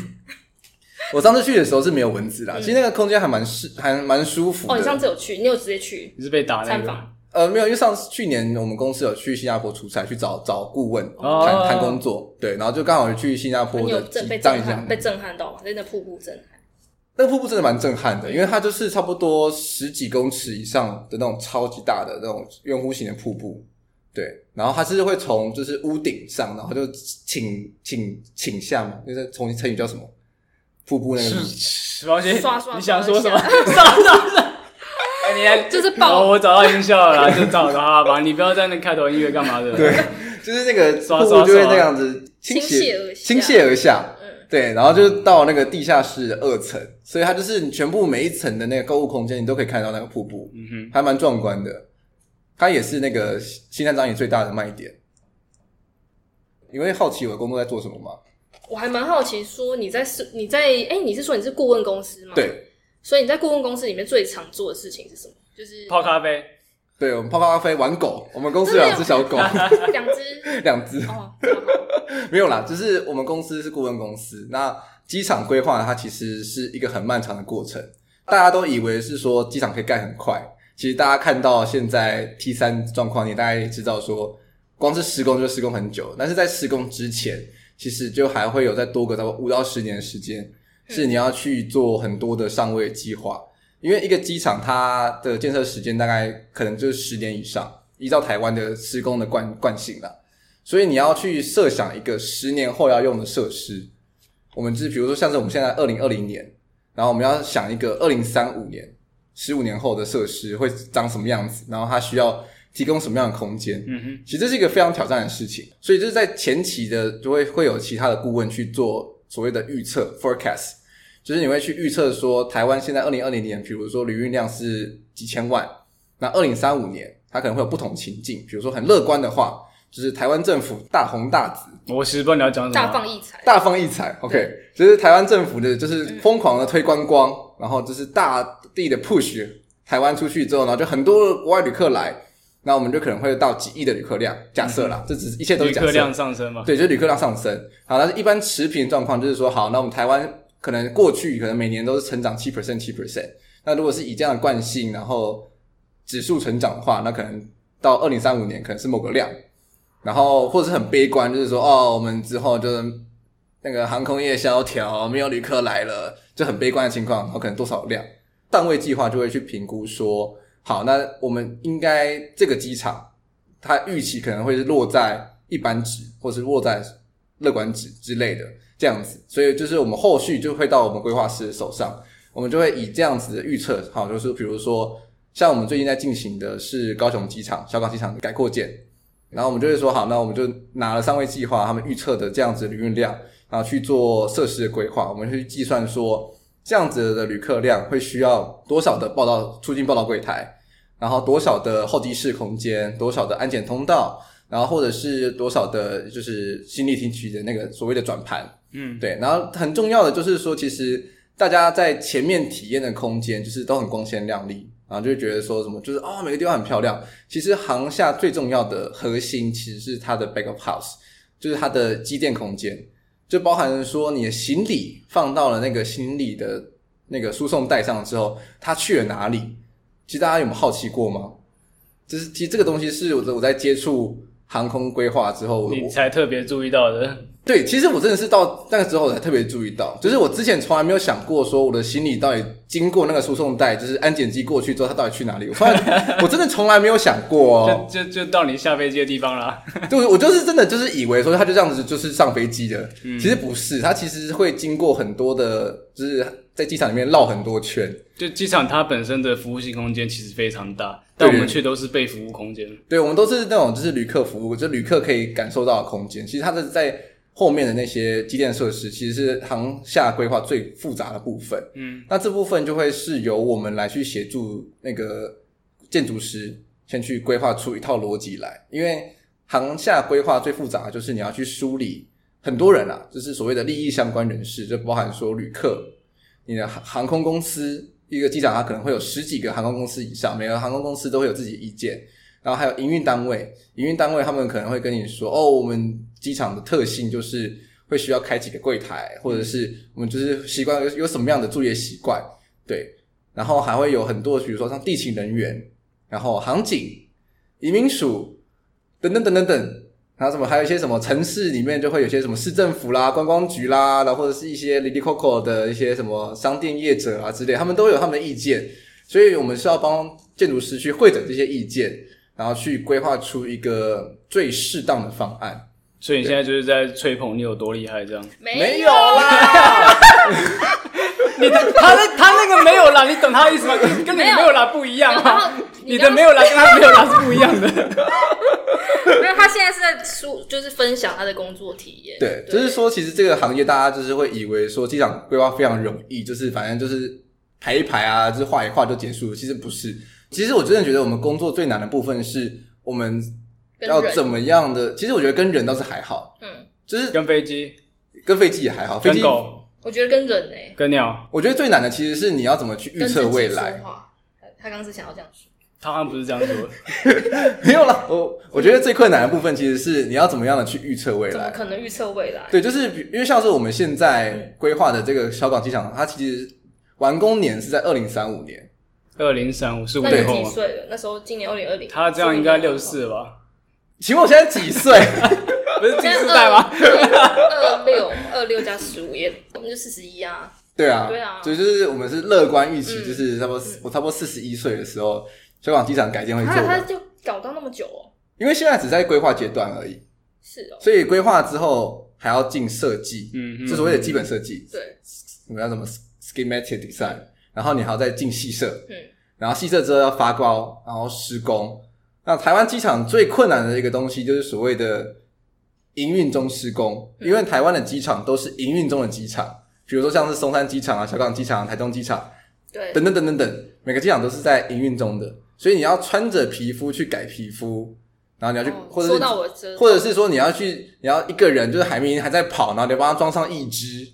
Speaker 1: 我上次去的时候是没有蚊子啦，
Speaker 2: 嗯
Speaker 1: 其实那个空间还蛮适还蛮舒服的。
Speaker 2: 哦，你上次有去，你有直接去
Speaker 3: 你是被打那
Speaker 2: 参
Speaker 3: 个？
Speaker 2: 访？
Speaker 1: 呃，没有，因为上次去年我们公司有去新加坡出差，去找找顾问
Speaker 3: 哦
Speaker 1: 谈谈工作，对，然后就刚好去新加坡
Speaker 2: 你有
Speaker 1: 的
Speaker 2: 震被
Speaker 1: 张一
Speaker 2: 震撼
Speaker 1: 江，
Speaker 2: 被震撼到吗？真的瀑布震撼。
Speaker 1: 那个瀑布真的蛮震撼的，因为它就是差不多十几公尺以上的那种超级大的那种圆弧形的瀑布，对，然后它是会从就是屋顶上，然后就倾倾倾下嘛，就是从成语叫什么？瀑布那个
Speaker 3: 是
Speaker 1: 什么
Speaker 3: 是王鑫
Speaker 2: 刷刷，
Speaker 3: 你想说什么？
Speaker 2: 刷 *laughs*
Speaker 3: 上上上！哎，你来
Speaker 2: 就是
Speaker 3: 哦，
Speaker 2: 爆
Speaker 3: 我找到音效了啦，就找到它吧。你不要在那开头音乐干嘛的？
Speaker 1: 对，就是那个
Speaker 3: 刷
Speaker 1: 瀑
Speaker 3: 刷
Speaker 1: 布就会
Speaker 3: 刷
Speaker 1: 那样子倾
Speaker 2: 倾泻
Speaker 1: 泻
Speaker 2: 而
Speaker 1: 倾
Speaker 2: 下
Speaker 1: 泻而下，
Speaker 2: 嗯
Speaker 1: 对，然后就是到那个地下室的二层，所以它就是你全部每一层的那个购物空间，你都可以看到那个瀑布，
Speaker 3: 嗯哼，
Speaker 1: 还蛮壮观的。它也是那个新山张也最大的卖点。你会好奇我的工作在做什么吗？
Speaker 2: 我还蛮好奇，说你在是你在哎，你是说你是顾问公司吗？，
Speaker 1: 对，
Speaker 2: 所以你在顾问公司里面最常做的事情是什么？就是
Speaker 3: 泡咖啡，
Speaker 1: 对我们泡咖啡玩狗，我们公司有两只小狗，
Speaker 2: *laughs* 两只
Speaker 1: 两只
Speaker 2: 哦，好好
Speaker 1: 没有啦，就是我们公司是顾问公司，那机场规划它其实是一个很漫长的过程。大家都以为是说机场可以盖很快，其实大家看到现在 T 三状况，你大概也知道说，光是施工就施工很久，但是在施工之前，其实就还会有再多个差不多五到十年的时间，是你要去做很多的上位计划。因为一个机场它的建设时间大概可能就是十年以上，依照台湾的施工的惯惯性啦，所以你要去设想一个十年后要用的设施。我们就是比如说像是我们现在二零二零年，然后我们要想一个二零三五年，十五年后的设施会长什么样子，然后它需要提供什么样的空间。
Speaker 3: 嗯哼，
Speaker 1: 其实这是一个非常挑战的事情，所以就是在前期的就会会有其他的顾问去做所谓的预测 forecast，就是你会去预测说台湾现在二零二零年，比如说旅运量是几千万，那二零三五年它可能会有不同情境，比如说很乐观的话，就是台湾政府大红大紫，
Speaker 3: 我其实不知道你要讲什么。
Speaker 2: 大放异彩，
Speaker 1: 大放异彩。OK，就是台湾政府的，就是疯狂的推观光，然后就是大力的 push 台湾出去之后，然后就很多国外旅客来，那我们就可能会到几亿的旅客量，假设啦，这只是一切都是
Speaker 3: 旅
Speaker 1: 假
Speaker 3: 客
Speaker 1: 设
Speaker 3: 量。上升嘛？
Speaker 1: 对，就是旅客量上升。好，但是一般持平状况就是说，好，那我们台湾可能过去可能每年都是成长七 percent 七 percent，那如果是以这样的惯性，然后指数成长的话，那可能到二零三五年可能是某个量，然后或者是很悲观，就是说哦，我们之后就是那个航空业萧条，没有旅客来了，就很悲观的情况，然后可能多少量，档位计划就会去评估说，好，那我们应该这个机场它预期可能会是落在一般值，或是落在乐观值之类的这样子，所以就是我们后续就会到我们规划师手上，我们就会以这样子的预测，好，就是比如说像我们最近在进行的是高雄机场、小港机场的改扩建，然后我们就会说好，那我们就拿了上位计划他们预测的这样子的旅运量，然后去做设施的规划，我们去计算说这样子的旅客量会需要多少的报道促进报道柜台，然后多少的候机室空间，多少的安检通道，然后或者是多少的就是新力厅区的那个所谓的转盘，
Speaker 3: 嗯，
Speaker 1: 对，然后很重要的就是说，其实大家在前面体验的空间就是都很光鲜亮丽，然后就会觉得说什么就是哦每个地方很漂亮。其实航厦最重要的核心其实是它的 back of house，就是它的机电空间，就包含说你的行李放到了那个行李的那个输送带上之后，它去了哪里？其实大家有没有好奇过吗？就是其实这个东西是我我在接触航空规划之后，我
Speaker 3: 你才特别注意到的。
Speaker 1: 对，其实我真的是到那个时候我才特别注意到，就是我之前从来没有想过说我的行李到底经过那个输送带，就是安检机过去之后它到底去哪里。我发现我真的从来没有想过
Speaker 3: *laughs*
Speaker 1: 哦，
Speaker 3: 就就就到你下飞机的地方啦。
Speaker 1: 就是我就是真的就是以为说它就这样子就是上飞机的，其实不是，它其实会经过很多的，就是在机场里面绕很多圈。
Speaker 3: 就机场它本身的服务性空间其实非常大，
Speaker 1: 对
Speaker 3: 但我们却都是被服务空间。
Speaker 1: 对，我们都是那种就是旅客服务，就旅客可以感受到的空间。其实它的在后面的那些机电设施，其实是航厦规划最复杂的部分。
Speaker 3: 嗯，
Speaker 1: 那这部分就会是由我们来去协助那个建筑师先去规划出一套逻辑来，因为航厦规划最复杂的就是你要去梳理很多人啊，就是所谓的利益相关人士，就包含说旅客、你的航航空公司，一个机场它可能会有十几个航空公司以上，每个航空公司都会有自己的意见。然后还有营运单位，营运单位他们可能会跟你说，哦，我们机场的特性就是会需要开几个柜台，或者是我们就是习惯有有什么样的作业习惯，对，然后还会有很多，比如说像地勤人员，然后航警、移民署等等等等等，然后什么还有一些什么城市里面就会有些什么市政府啦、观光局啦，然后或者是一些 Lily Coco 的一些什么商店业者啊之类，他们都有他们的意见，所以我们是要帮建筑师去会诊这些意见，然后去规划出一个最适当的方案。
Speaker 3: 所以你现在就是在吹捧你有多厉害这样。
Speaker 1: *laughs* 没有
Speaker 2: 有 *laughs*
Speaker 1: 啦，
Speaker 3: 你的他那他那个没有啦，你懂他的意思吗？跟跟你
Speaker 2: 没有
Speaker 3: 没有啦不一样
Speaker 2: 然后
Speaker 3: 啊，
Speaker 2: 你
Speaker 3: 你的
Speaker 2: 刚
Speaker 3: 没有啦跟他没有啦是不一样的。
Speaker 2: 没有，他现在是在说，就是分享他的工作体验。
Speaker 1: 对，就是说，其实这个行业大家就是会以为说机场规划非常容易，就是反正就是排一排啊，就是画一画就结束了。其实不是，其实我真的觉得我们工作最难的部分是我们
Speaker 2: 跟
Speaker 1: 要
Speaker 2: 人
Speaker 1: 怎么样的。其实我觉得跟人倒是还好，
Speaker 2: 嗯，
Speaker 1: 就是
Speaker 3: 跟飞机、
Speaker 1: 跟飞机也还好，飞
Speaker 3: 跟
Speaker 1: 机
Speaker 3: 狗、
Speaker 2: 我觉得跟人哎、
Speaker 3: 跟鸟，
Speaker 1: 我觉得最难的其实是你要怎么去预
Speaker 2: 跟
Speaker 1: 测
Speaker 2: 自己
Speaker 1: 未
Speaker 2: 说
Speaker 1: 来。
Speaker 2: 话。他他刚是想要这样说，
Speaker 3: 他好像不是这样说。
Speaker 1: 没有啦，我我觉得最困难的部分其实是你要怎么样的去预测未
Speaker 2: 怎么
Speaker 1: 来。
Speaker 2: 可能预测未来？
Speaker 1: 对，就是比因为像是我们现在规划的这个小港机场，它其实完工年是在二零三五年，
Speaker 3: 二零三五是五
Speaker 2: 那
Speaker 3: 年
Speaker 2: 你
Speaker 3: 后
Speaker 2: 几
Speaker 3: 吗？
Speaker 2: 岁了？那时候今年二零二零，
Speaker 3: 他这样应该六，四吧？
Speaker 1: 请问我现在几岁？ *laughs*
Speaker 3: 不是 *laughs* 第
Speaker 2: 现在
Speaker 3: 四代吗？
Speaker 2: 二六二六加十五也，我们就四十一啊。
Speaker 1: 对啊，
Speaker 2: 对啊
Speaker 1: 所以就是我们是乐观预期，
Speaker 2: 嗯
Speaker 1: 就是差不多四我差不多四十一岁的时候，小港机场改建会
Speaker 2: 他
Speaker 1: 做
Speaker 2: 他
Speaker 1: 完，
Speaker 2: 就搞到那么久哦，
Speaker 1: 因为现在只在规划阶段而已，
Speaker 2: 是哦，
Speaker 1: 所以规划之后还要进设计，
Speaker 3: 嗯嗯
Speaker 1: 就所谓的基本设计，
Speaker 2: 对，
Speaker 1: 我们要怎么 schematic design，然后你还要再进细设，
Speaker 2: 嗯，
Speaker 1: 然后细设之后要发包，然后施工。那台湾机场最困难的一个东西就是所谓的营运中施工，
Speaker 2: 嗯
Speaker 1: 因为台湾的机场都是营运中的机场，比如说像是松山机场啊、小港机场、啊、台中机场
Speaker 2: 对，
Speaker 1: 等等等等等，每个机场都是在营运中的，所以你要穿着皮肤去改皮肤，然后你要去，
Speaker 2: 哦
Speaker 1: 或者
Speaker 2: 说
Speaker 1: 是
Speaker 2: 到我这，
Speaker 1: 或者是说你要去，你要一个人就是海明还在跑，然后你要帮他装上义肢，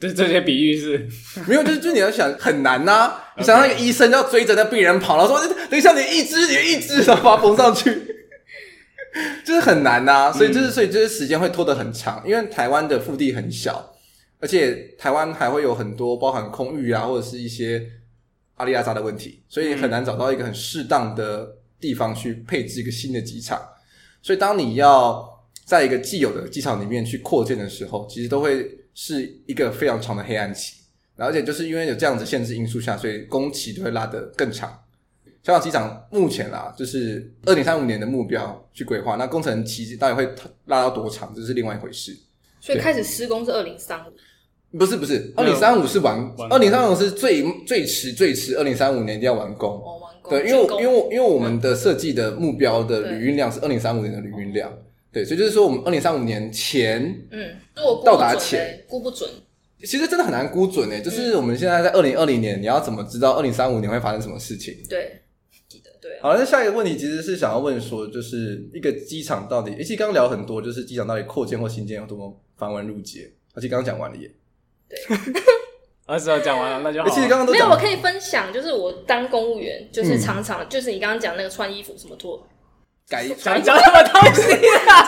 Speaker 3: 这这些比喻是
Speaker 1: *laughs* 没有，就是就是你要想很难呐、你想到一个医生要追着那病人跑，然后说哎等一下你一只你一只，然后把它缝上去， *laughs* 就是很难呐、所以就是所以就是时间会拖得很长，因为台湾的腹地很小，而且台湾还会有很多包含空域啊或者是一些阿里阿扎的问题，所以很难找到一个很适当的地方去配置一个新的机场。所以当你要在一个既有的机场里面去扩建的时候，其实都会是一个非常长的黑暗期。然后而且就是因为有这样子限制因素下，所以工期都会拉得更长。香港机场目前啦，就是二零三五年的目标去规划，那工程期到底会拉到多长，这是另外一回事。
Speaker 2: 所以开始施工是二零三五，
Speaker 1: 不是不是，二
Speaker 3: 没有
Speaker 1: 零三五是完，
Speaker 3: 完
Speaker 1: 二零三五是最最迟最迟二零三五年一定要完工。
Speaker 2: 哦，完工，
Speaker 1: 对，因为
Speaker 2: 竣
Speaker 1: 我
Speaker 2: 工
Speaker 1: 因为我因为我们的设计的目标的
Speaker 2: 对
Speaker 1: 旅运量是二零三五年的旅运量，对，所以就是说我们二零三五年前，
Speaker 2: 嗯，如果估不
Speaker 1: 到达
Speaker 2: 准
Speaker 1: 前
Speaker 2: 嘞估不准，
Speaker 1: 其实真的很难估准诶，
Speaker 2: 嗯
Speaker 1: 就是我们现在在二零二零年，你要怎么知道二零三五年会发生什么事情？
Speaker 2: 对，记得对啊，
Speaker 1: 好，那下一个问题其实是想要问说，就是一个机场到底，诶其实刚刚聊很多，就是机场到底扩建或新建有多么繁文缛节，而且刚刚讲完了耶，
Speaker 3: 二十啊二讲完了，那就好
Speaker 1: 诶其实刚刚
Speaker 3: 了。
Speaker 1: 都
Speaker 2: 没有，
Speaker 1: 讲
Speaker 2: 我
Speaker 1: 完
Speaker 2: 可以分享，就是我当公务员，就是
Speaker 1: 嗯
Speaker 2: 常常、就是你刚刚讲那个穿衣服什么脱，
Speaker 1: 改
Speaker 3: 讲讲什么东西啊？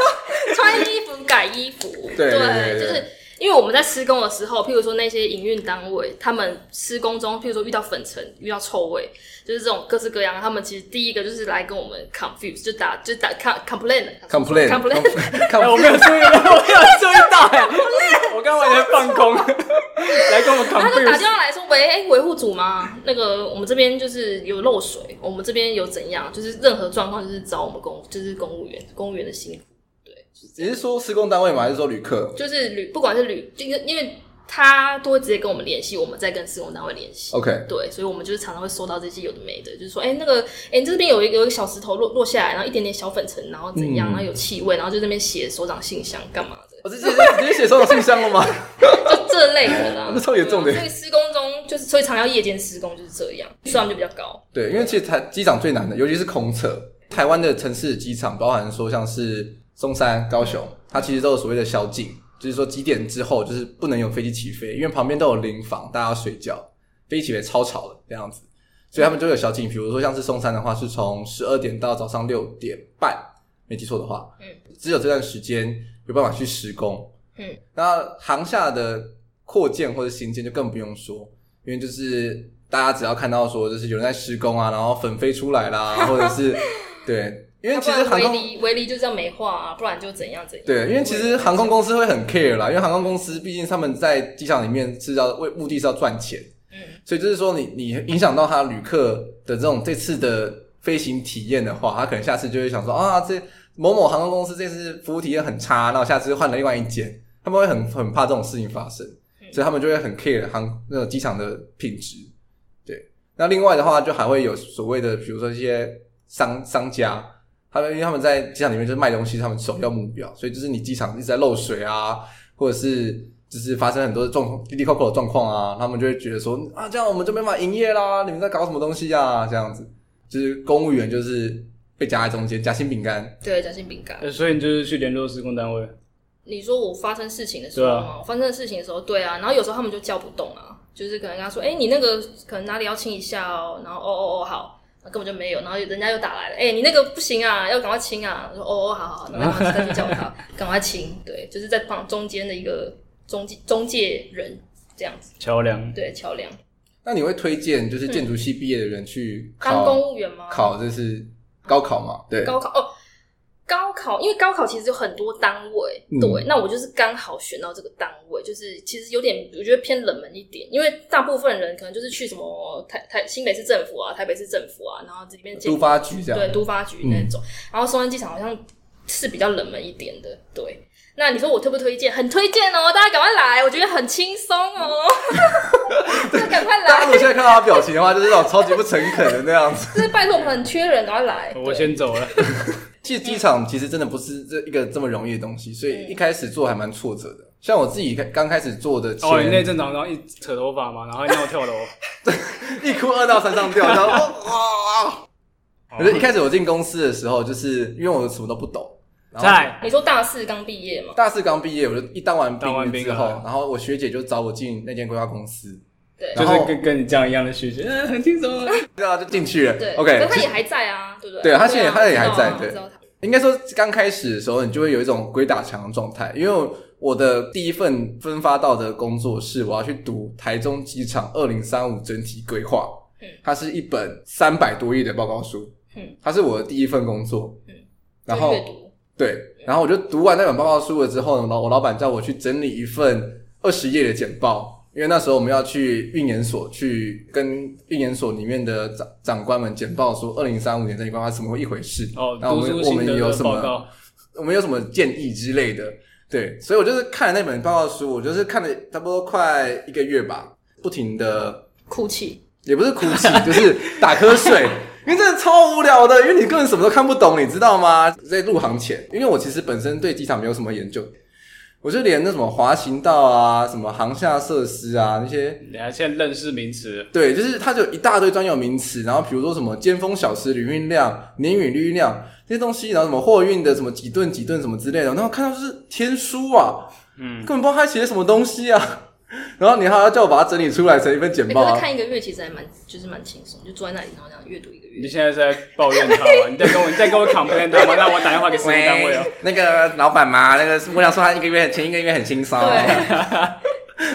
Speaker 2: 穿衣服改衣服，
Speaker 1: 对对对对
Speaker 2: 就是因为我们在施工的时候，譬如说那些营运单位，他们施工中，譬如说遇到粉尘、遇到臭味，就是这种各式各样，他们其实第一个就是来跟我们 confuse，就打就打 com- complain
Speaker 1: complain
Speaker 2: complain，
Speaker 3: 哎我没有注意，我没有注意到
Speaker 1: *laughs*
Speaker 3: 哎，我刚完全放空，来跟我
Speaker 2: *laughs*
Speaker 3: 们
Speaker 2: 他就打
Speaker 3: confuse。
Speaker 2: 电话来说：“喂，哎维护组吗？那个我们这边就是有漏水，我们这边有怎样，就是任何状况就是找我们公，就是公务员，公务员的辛苦，
Speaker 1: 你是说施工单位吗？还是说旅客
Speaker 2: 就是旅不管是旅，就因为因为他都会直接跟我们联系，我们再跟施工单位联系。
Speaker 1: ？OK，
Speaker 2: 对，所以我们就是常常会收到这些有的没的，就是说，哎、那个，哎、你这边有一个有一个小石头落落下来，然后一点点小粉尘，然后怎
Speaker 1: 嗯
Speaker 2: 样，然后有气味，然后就在那边写手掌信箱干嘛的，
Speaker 1: 我直接直接写收到信箱了吗？ *laughs*。
Speaker 2: 就这类的啦
Speaker 1: 那超严重的
Speaker 2: 对啊所以施工中就是，所以常要夜间施工就是这样，数量就比较高。
Speaker 1: 对，因为其实台机场最难的，尤其是空侧，台湾的城市的机场，包含说像是松山、高雄，它其实都有所谓的宵禁，就是说几点之后就是不能有飞机起飞，因为旁边都有林房，大家要睡觉，飞机起飞超吵的这样子，所以他们都有宵禁。比如说像是松山的话，是从十二点到早上六点半，没记错的话，
Speaker 2: 嗯，
Speaker 1: 只有这段时间有办法去施工，
Speaker 2: 嗯，
Speaker 1: 那航厦的扩建或者新建就更不用说，因为就是大家只要看到说，就是有人在施工啊，然后粉飞出来
Speaker 2: *laughs*
Speaker 1: 啦，或者是对，因为其实
Speaker 2: 要不
Speaker 1: 航
Speaker 2: 然
Speaker 1: 空
Speaker 2: 围篱围篱就这样美化啊，不然就怎样怎样。
Speaker 1: 对，因为其实航空公司会很 care 啦，因为航空公司毕竟他们在机场里面是要为目的是要赚钱，
Speaker 2: 嗯
Speaker 1: 所以就是说你你影响到他旅客的这种这次的飞行体验的话，他可能下次就会想说啊，这某某航空公司这次服务体验很差，那我下次换了另外一间。他们会很很怕这种事情发生，所以他们就会很 care 航那个机场的品质。对，那另外的话，就还会有所谓的，比如说一些商商家，他们因为他们在机场里面就是卖东西，他们首要目标，所以就是你机场一直在漏水啊，或者是就是发生很多的状况，滴滴扣扣的状况啊，他们就会觉得说啊，这样我们就没办法营业啦，你们在搞什么东西啊？这样子，就是公务员就是被夹在中间，夹心饼干。
Speaker 2: 对，夹心饼干。
Speaker 3: 呃所以你就是去联络施工单位，
Speaker 2: 你说我发生事情的时候
Speaker 3: 对
Speaker 2: 吗？我发生事情的时候，对啊，然后有时候他们就叫不动啊，就是可能跟他说，哎、你那个可能哪里要清一下哦，然后哦哦哦好，根本就没有，然后人家又打来了，哎、你那个不行啊，要赶快清啊，我说哦哦好好，好然后他就叫他赶快清，对，就是在帮中间的一个中介中介人这样子，
Speaker 3: 桥梁。
Speaker 2: 对，桥梁
Speaker 1: 那你会推荐就是建筑系毕业的人去
Speaker 2: 当
Speaker 1: 考
Speaker 2: 公务员吗？
Speaker 1: 考就是高考嘛，对，
Speaker 2: 高考哦，高考，因为高考其实有很多单位，
Speaker 1: 嗯
Speaker 2: 对，那我就是刚好选到这个单位，就是其实有点我觉得偏冷门一点，因为大部分人可能就是去什么台台新北市政府啊、台北市政府啊，然后这里面建
Speaker 1: 都发嗯局这样。
Speaker 2: 对都发局那种，然后松山机场好像是比较冷门一点的，对。那你说我推不推荐？很推荐哦，大家赶快来，我觉得很轻
Speaker 1: *laughs*
Speaker 2: 松哦，大家赶快
Speaker 1: 大家如
Speaker 2: 来，
Speaker 1: 果现在看到他表情的话，就是那种超级不诚恳的那样
Speaker 2: *laughs*
Speaker 1: 子。
Speaker 2: 就是拜托我们很缺人，赶快来。
Speaker 3: 我先走了，
Speaker 1: 其实机场其实真的不是这一个这么容易的东西，所以
Speaker 2: 嗯
Speaker 1: 一开始做还蛮挫折的。像我自己刚开始做的前，
Speaker 3: 哦，你那阵长，然后一扯头发嘛，然后尿跳楼。
Speaker 1: 一哭二闹三上吊，然后哇哇！
Speaker 3: *laughs*
Speaker 1: 可
Speaker 3: 哦
Speaker 1: 是，一开始我进公司的时候，就是因为我什么都不懂，然后
Speaker 3: 在
Speaker 2: 你说大四刚毕业嘛？
Speaker 1: 大四刚毕业，我就一当完
Speaker 3: 当完
Speaker 1: 兵
Speaker 3: 兵
Speaker 1: 之后
Speaker 3: 啊，
Speaker 1: 然后我学姐就找我进那间规划公司，
Speaker 2: 对，
Speaker 1: 然
Speaker 3: 就
Speaker 1: 后
Speaker 3: 是跟跟你这样一样的
Speaker 1: *laughs*
Speaker 3: 学习，嗯，很轻松啊。
Speaker 1: 对啊，就进去了。
Speaker 2: 对
Speaker 1: OK，
Speaker 2: 可是他也还在啊，对不对？
Speaker 1: 对他现在
Speaker 2: 在
Speaker 1: 他也还在对
Speaker 2: 知道他
Speaker 1: 应该说刚开始的时候，你就会有一种鬼打墙的状态，因为我的第一份分发到的工作是我要去读台中机场二零三五整体规划
Speaker 2: 嗯，
Speaker 1: 它是一本三百多页的报告书
Speaker 2: 嗯，
Speaker 1: 它是我的第一份工作
Speaker 2: 嗯，
Speaker 1: 然
Speaker 2: 就
Speaker 1: 后
Speaker 2: 阅读，
Speaker 1: 对，然后我就读完那本报告书了之后呢，老我老板叫我去整理一份二十页的简报，因为那时候我们要去运研所去跟运研所里面的长长官们简报说，二零三五年这一关它怎么一回事，
Speaker 3: 哦，
Speaker 1: 然后我
Speaker 3: 读
Speaker 1: 们
Speaker 3: 书
Speaker 1: 我
Speaker 3: 心
Speaker 1: 们
Speaker 3: 得
Speaker 1: 有
Speaker 3: 的
Speaker 1: 什
Speaker 3: 报
Speaker 1: 么
Speaker 3: 告，
Speaker 1: 我们有什么建议之类的。对，所以我就是看了那本报告书，我就是看了差不多快一个月吧，不停的，
Speaker 2: 哭泣，
Speaker 1: 也不是哭泣， *laughs* 就是打瞌睡，因为真的超无聊的，因为你根本什么都看不懂，你知道吗？在入行前，因为我其实本身对机场没有什么研究，我就连那什么滑行道啊、什么航厦设施啊那些
Speaker 3: 你还现在认识名词，
Speaker 1: 对，就是它就有一大堆专有名词，然后比如说什么尖峰小时旅运量、年运率量这些东西，然后什么货运的什么几吨几吨什么之类的，然后看到就是天书啊，
Speaker 3: 嗯，
Speaker 1: 根本不知道他写的什么东西啊。 *laughs* 然后你还要叫我把它整理出来成一份简
Speaker 2: 欸
Speaker 1: 报、
Speaker 2: 可是
Speaker 1: 啊，
Speaker 2: 看一个月其实还蛮就是蛮轻松，就坐在那里然后这样阅读一个
Speaker 3: 你
Speaker 2: 月。
Speaker 3: 现在是在抱怨他吗？你在跟我，你在跟我 complain 他吗？那我打电话给施工单位哦。，
Speaker 1: 那个老板嘛，那个我想说他一个月前一个月很轻松
Speaker 2: 对，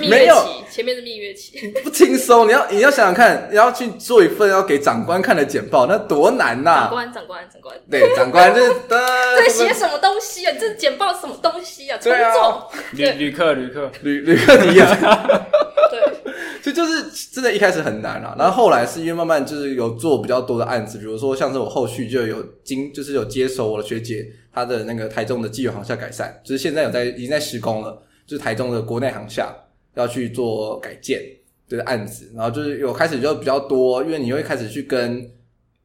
Speaker 2: 蜜
Speaker 1: 没
Speaker 2: 月
Speaker 1: 有
Speaker 2: 期，前面是蜜月期，
Speaker 1: *laughs* 不轻松。你要你要想想看，你要去做一份要给长官看的简报，那多难呐、
Speaker 2: 长官，长官，长官，
Speaker 1: 对，长官就是
Speaker 2: *laughs* 在
Speaker 1: 在
Speaker 2: 写什么东西啊？这简报什么东西啊？从
Speaker 1: 对啊
Speaker 2: 众，
Speaker 3: 旅旅客旅客，
Speaker 1: 旅旅客体验。 *laughs*
Speaker 2: 对，
Speaker 1: 所以就是真的，一开始很难啦、然后后来是因为慢慢就是有做比较多的案子，比如说像是我后续就有经，就是有接手我的学姐她的那个台中的既有航厦改善，就是现在有在已经在施工了，就是台中的国内航厦要去做改建的案子，然后就是有开始就比较多，因为你会开始去跟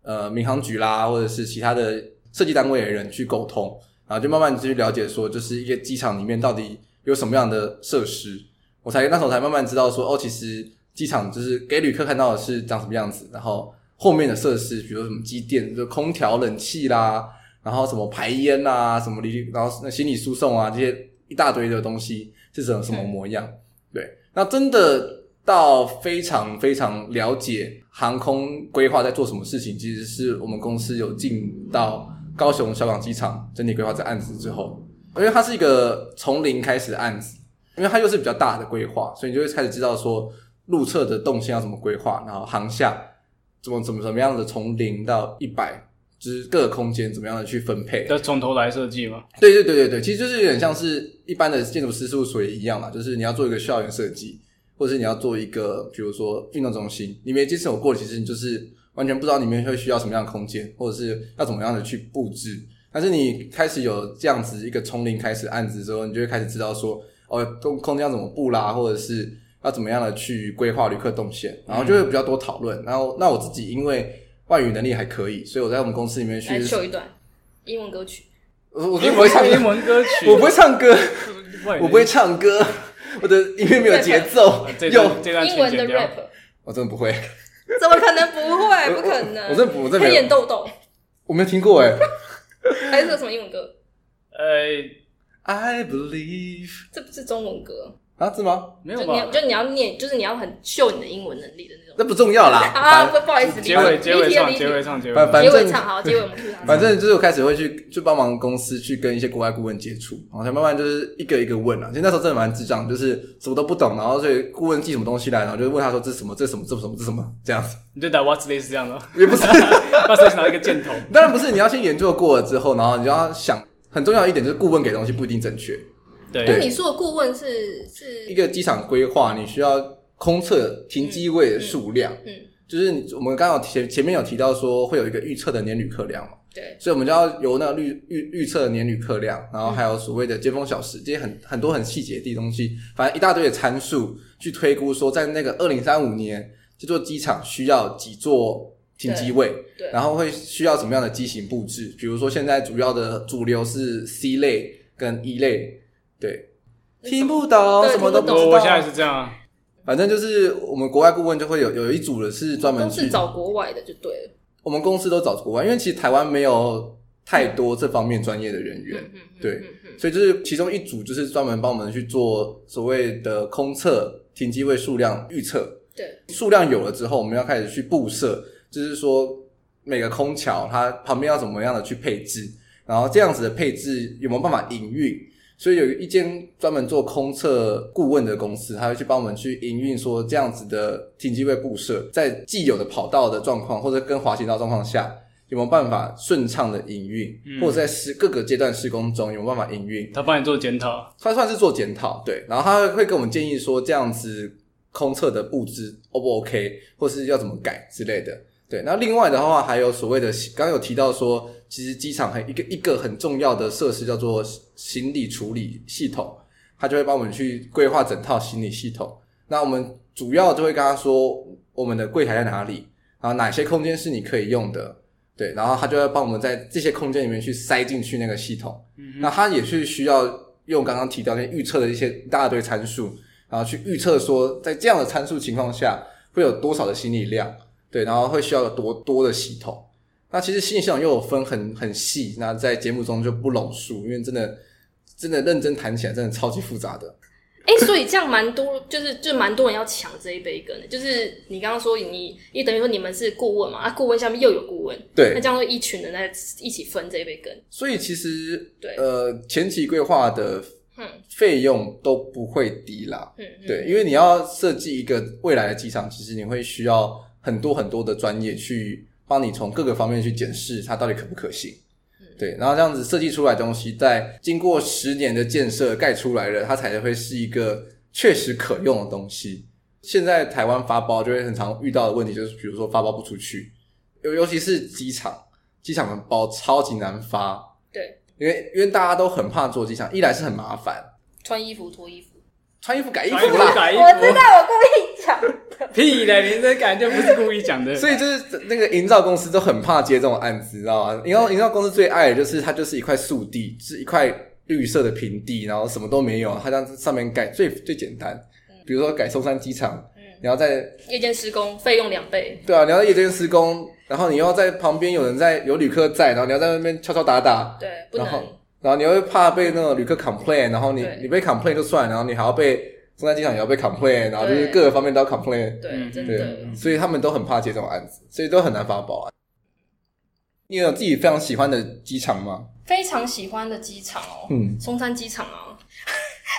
Speaker 1: 呃民航局啦，或者是其他的设计单位的人去沟通，然后就慢慢去了解说，就是一个机场里面到底有什么样的设施，我才那时候才慢慢知道说，哦，其实机场就是给旅客看到的是长什么样子，然后后面的设施，比如说什么机电，就空调、冷气啦，然后什么排烟啦，什么离，然后那行李输送啊，这些一大堆的东西是什么什么模样？对，那真的到非常非常了解航空规划在做什么事情，其实是我们公司有进到高雄小港机场整体规划这案子之后，因为它是一个从零开始的案子，因为它又是比较大的规划，所以你就会开始知道说路侧的动线要怎么规划，然后航下怎么怎么怎么样的从零到一百，就是各个空间怎么样的去分配。
Speaker 3: 要从头来设计嘛？
Speaker 1: 对对对对对，其实就是有点像是一般的建筑师事务所也一样嘛，就是你要做一个校园设计，或者是你要做一个，比如说运动中心，你没接触过，其实你就是完全不知道里面会需要什么样的空间，或者是要怎么样的去布置。但是你开始有这样子一个从零开始案子之后，你就会开始知道说，哦，空空间要怎么布啦，或者是要怎么样的去规划旅客动线，然后就会
Speaker 2: 嗯
Speaker 1: 比较多讨论。然后，那我自己因为外语能力还可以，所以我在我们公司里面去
Speaker 2: 来，秀一段英文歌曲。
Speaker 1: 我我不会唱
Speaker 3: 英
Speaker 1: 歌，
Speaker 3: 文歌曲，
Speaker 1: 我不会唱歌，
Speaker 3: 外语
Speaker 1: 我不会唱歌， *laughs* 我的音乐没有节
Speaker 3: *laughs*
Speaker 1: 奏
Speaker 3: 啊，这
Speaker 1: 又
Speaker 3: 段这段
Speaker 2: 英
Speaker 3: 请
Speaker 2: 文
Speaker 3: 剪
Speaker 2: 的
Speaker 3: 掉
Speaker 2: rap
Speaker 1: 我真的不会，
Speaker 2: 怎么可能不会？不
Speaker 1: *laughs*
Speaker 2: 可
Speaker 1: 我
Speaker 2: 能！
Speaker 1: 我真的不我真的
Speaker 2: 黑
Speaker 1: 没
Speaker 2: 眼
Speaker 1: 有，
Speaker 2: 豆豆，
Speaker 1: 我没有听过哎。
Speaker 2: 还是有什么英文歌？
Speaker 3: 呃，
Speaker 1: I believe *laughs*
Speaker 2: 这不是中文歌，
Speaker 1: 啊，是吗？
Speaker 3: 没
Speaker 2: 就
Speaker 3: 有
Speaker 2: 你要
Speaker 3: 吧？
Speaker 2: 就你要念，就是你要很秀你的英文能力的那种。
Speaker 1: 那不重要啦，反
Speaker 2: 啊，不不好意思，
Speaker 3: 结尾
Speaker 2: 离题
Speaker 3: 结尾
Speaker 2: 离题了
Speaker 3: 唱
Speaker 2: 离题
Speaker 3: 结尾唱结尾
Speaker 1: 反
Speaker 3: 唱，
Speaker 1: 反
Speaker 2: 结
Speaker 1: 正
Speaker 2: 尾唱好，结尾我们 Q 他。
Speaker 1: 反正就是我开始会去去帮忙公司去跟一些国外顾问接触，然后才慢慢就是一个一个问啊。其实那时候真的蛮智障，就是什么都不懂，然后所以顾问寄什么东西来，然后就问他说这是什么，这是什么，这是什么，这是什么这样子，
Speaker 3: 你就打 What's this 这样的
Speaker 1: 也不是。 *laughs*
Speaker 3: ，What's this 拿一个箭头，
Speaker 1: 当然不是，你要先研究过了之后，然后你就要想，很重要一点就是顾问给的东西不一定正确。
Speaker 2: 那
Speaker 3: 对，
Speaker 2: 你说的顾问是是
Speaker 1: 一个机场规划，你需要空测停机位的数量，
Speaker 2: 嗯嗯
Speaker 1: 就是你我们刚好前前面有提到说会有一个预测的年旅客量嘛，
Speaker 2: 对，
Speaker 1: 所以我们就要由那个预预预测的年旅客量，然后还有所谓的尖峰小时，这些很很多很细节的东西，反正一大堆的参数去推估说，在那个二零三五年这座机场需要几座停机位
Speaker 2: 对对，
Speaker 1: 然后会需要什么样的机型布置？比如说现在主要的主流是 C 类跟 E 类，对，
Speaker 2: 那
Speaker 1: 听不懂，
Speaker 2: 对
Speaker 1: 什么都
Speaker 2: 听
Speaker 1: 不
Speaker 2: 不
Speaker 1: 知道。
Speaker 3: 我我现在是这样啊，
Speaker 1: 反正就是我们国外顾问就会有有一组的是专门
Speaker 2: 都
Speaker 1: 去
Speaker 2: 是找国外的就对了。
Speaker 1: 我们公司都找国外，因为其实台湾没有太多这方面专业的人员，
Speaker 2: 嗯嗯
Speaker 1: 对
Speaker 2: 嗯嗯
Speaker 1: 所以就是其中一组就是专门帮我们去做所谓的空测停机位数量预测，
Speaker 2: 对，
Speaker 1: 数量有了之后，我们要开始去布设，就是说每个空桥它旁边要怎么样的去配置，然后这样子的配置有没有办法营运？所以有一间专门做空测顾问的公司，他会去帮我们去营运，说这样子的停机位布设，在既有的跑道的状况或者跟滑行道状况下，有没有办法顺畅的营运，
Speaker 3: 嗯
Speaker 1: 或者在施各个阶段施工中有没有办法营运？
Speaker 3: 他帮你做检讨，
Speaker 1: 他算是做检讨，对，然后他会跟我们建议说这样子空测的布置 O 不 OK，或是要怎么改之类的。对，那另外的话还有所谓的，刚刚有提到说，其实机场很一个一个很重要的设施叫做行李处理系统，他就会帮我们去规划整套行李系统。那我们主要就会跟他说我们的柜台在哪里，然后哪些空间是你可以用的，对，然后他就会帮我们在这些空间里面去塞进去那个系统。
Speaker 2: 嗯
Speaker 1: 那它也是需要用刚刚提到那些预测的一些一大堆参数，然后去预测说，在这样的参数情况下会有多少的行李量，对，然后会需要有多多的系统。那其实行李系统又有分很很细，那在节目中就不拢述，因为真的真的认真谈起来真的超级复杂的。
Speaker 2: 哎、所以这样蛮多，就是就蛮多人要抢这一杯羹的。就是你刚刚说你，也等于说你们是顾问嘛，啊，顾问下面又有顾问，那
Speaker 1: 对
Speaker 2: 这，样就一群人在一起分这一杯羹。
Speaker 1: 所以其实
Speaker 2: 对
Speaker 1: 呃前期规划的
Speaker 2: 嗯
Speaker 1: 费用都不会低啦，
Speaker 2: 嗯，嗯，
Speaker 1: 对，因为你要设计一个未来的机场，其实你会需要很多很多的专业去帮你从各个方面去检视它到底可不可行
Speaker 2: 嗯。
Speaker 1: 对，然后这样子设计出来的东西，在经过十年的建设盖出来了，它才会是一个确实可用的东西。现在台湾发包就会很常遇到的问题，就是比如说发包不出去，尤尤其是机场，机场的包超级难发，
Speaker 2: 对，
Speaker 1: 因为因为大家都很怕做机场，一来是很麻烦，
Speaker 2: 穿衣服脱衣服，
Speaker 1: 穿衣服改衣服
Speaker 3: 改衣服
Speaker 1: 啦，
Speaker 3: 改衣
Speaker 2: 我知
Speaker 3: 服，
Speaker 2: 道，我故意讲。
Speaker 3: 屁嘞，你这感觉不是故
Speaker 2: *laughs*
Speaker 3: 意讲的，
Speaker 1: 所以就是那个营造公司都很怕接这种案子，你知道吗？营造营造公司最爱的就是它就是一块树地，是一块绿色的平地，然后什么都没有，它这样子上面改最最简单
Speaker 2: 嗯。
Speaker 1: 比如说改松山机场，
Speaker 2: 嗯，
Speaker 1: 你要在
Speaker 2: 夜间施工费用两倍，
Speaker 1: 对啊，你要在夜间施工，然后你又要在旁边有人在有旅客在，然后你要在那边敲敲打打，
Speaker 2: 对，不
Speaker 1: 然后
Speaker 2: 能，
Speaker 1: 然后你又会怕被那种旅客 complain，然后你
Speaker 2: 对
Speaker 1: 你被 complain 就算，然后你还要被松山机场也要被 complain，然后就是
Speaker 2: 对
Speaker 1: 各个方面都要 complain，
Speaker 2: 对，
Speaker 3: 嗯
Speaker 2: 真
Speaker 1: 对
Speaker 2: 的，，
Speaker 1: 所以他们都很怕接这种案子，所以都很难发包啊。你有自己非常喜欢的机场吗？
Speaker 2: 非常喜欢的机场哦，
Speaker 1: 嗯，
Speaker 2: 松山机场啊。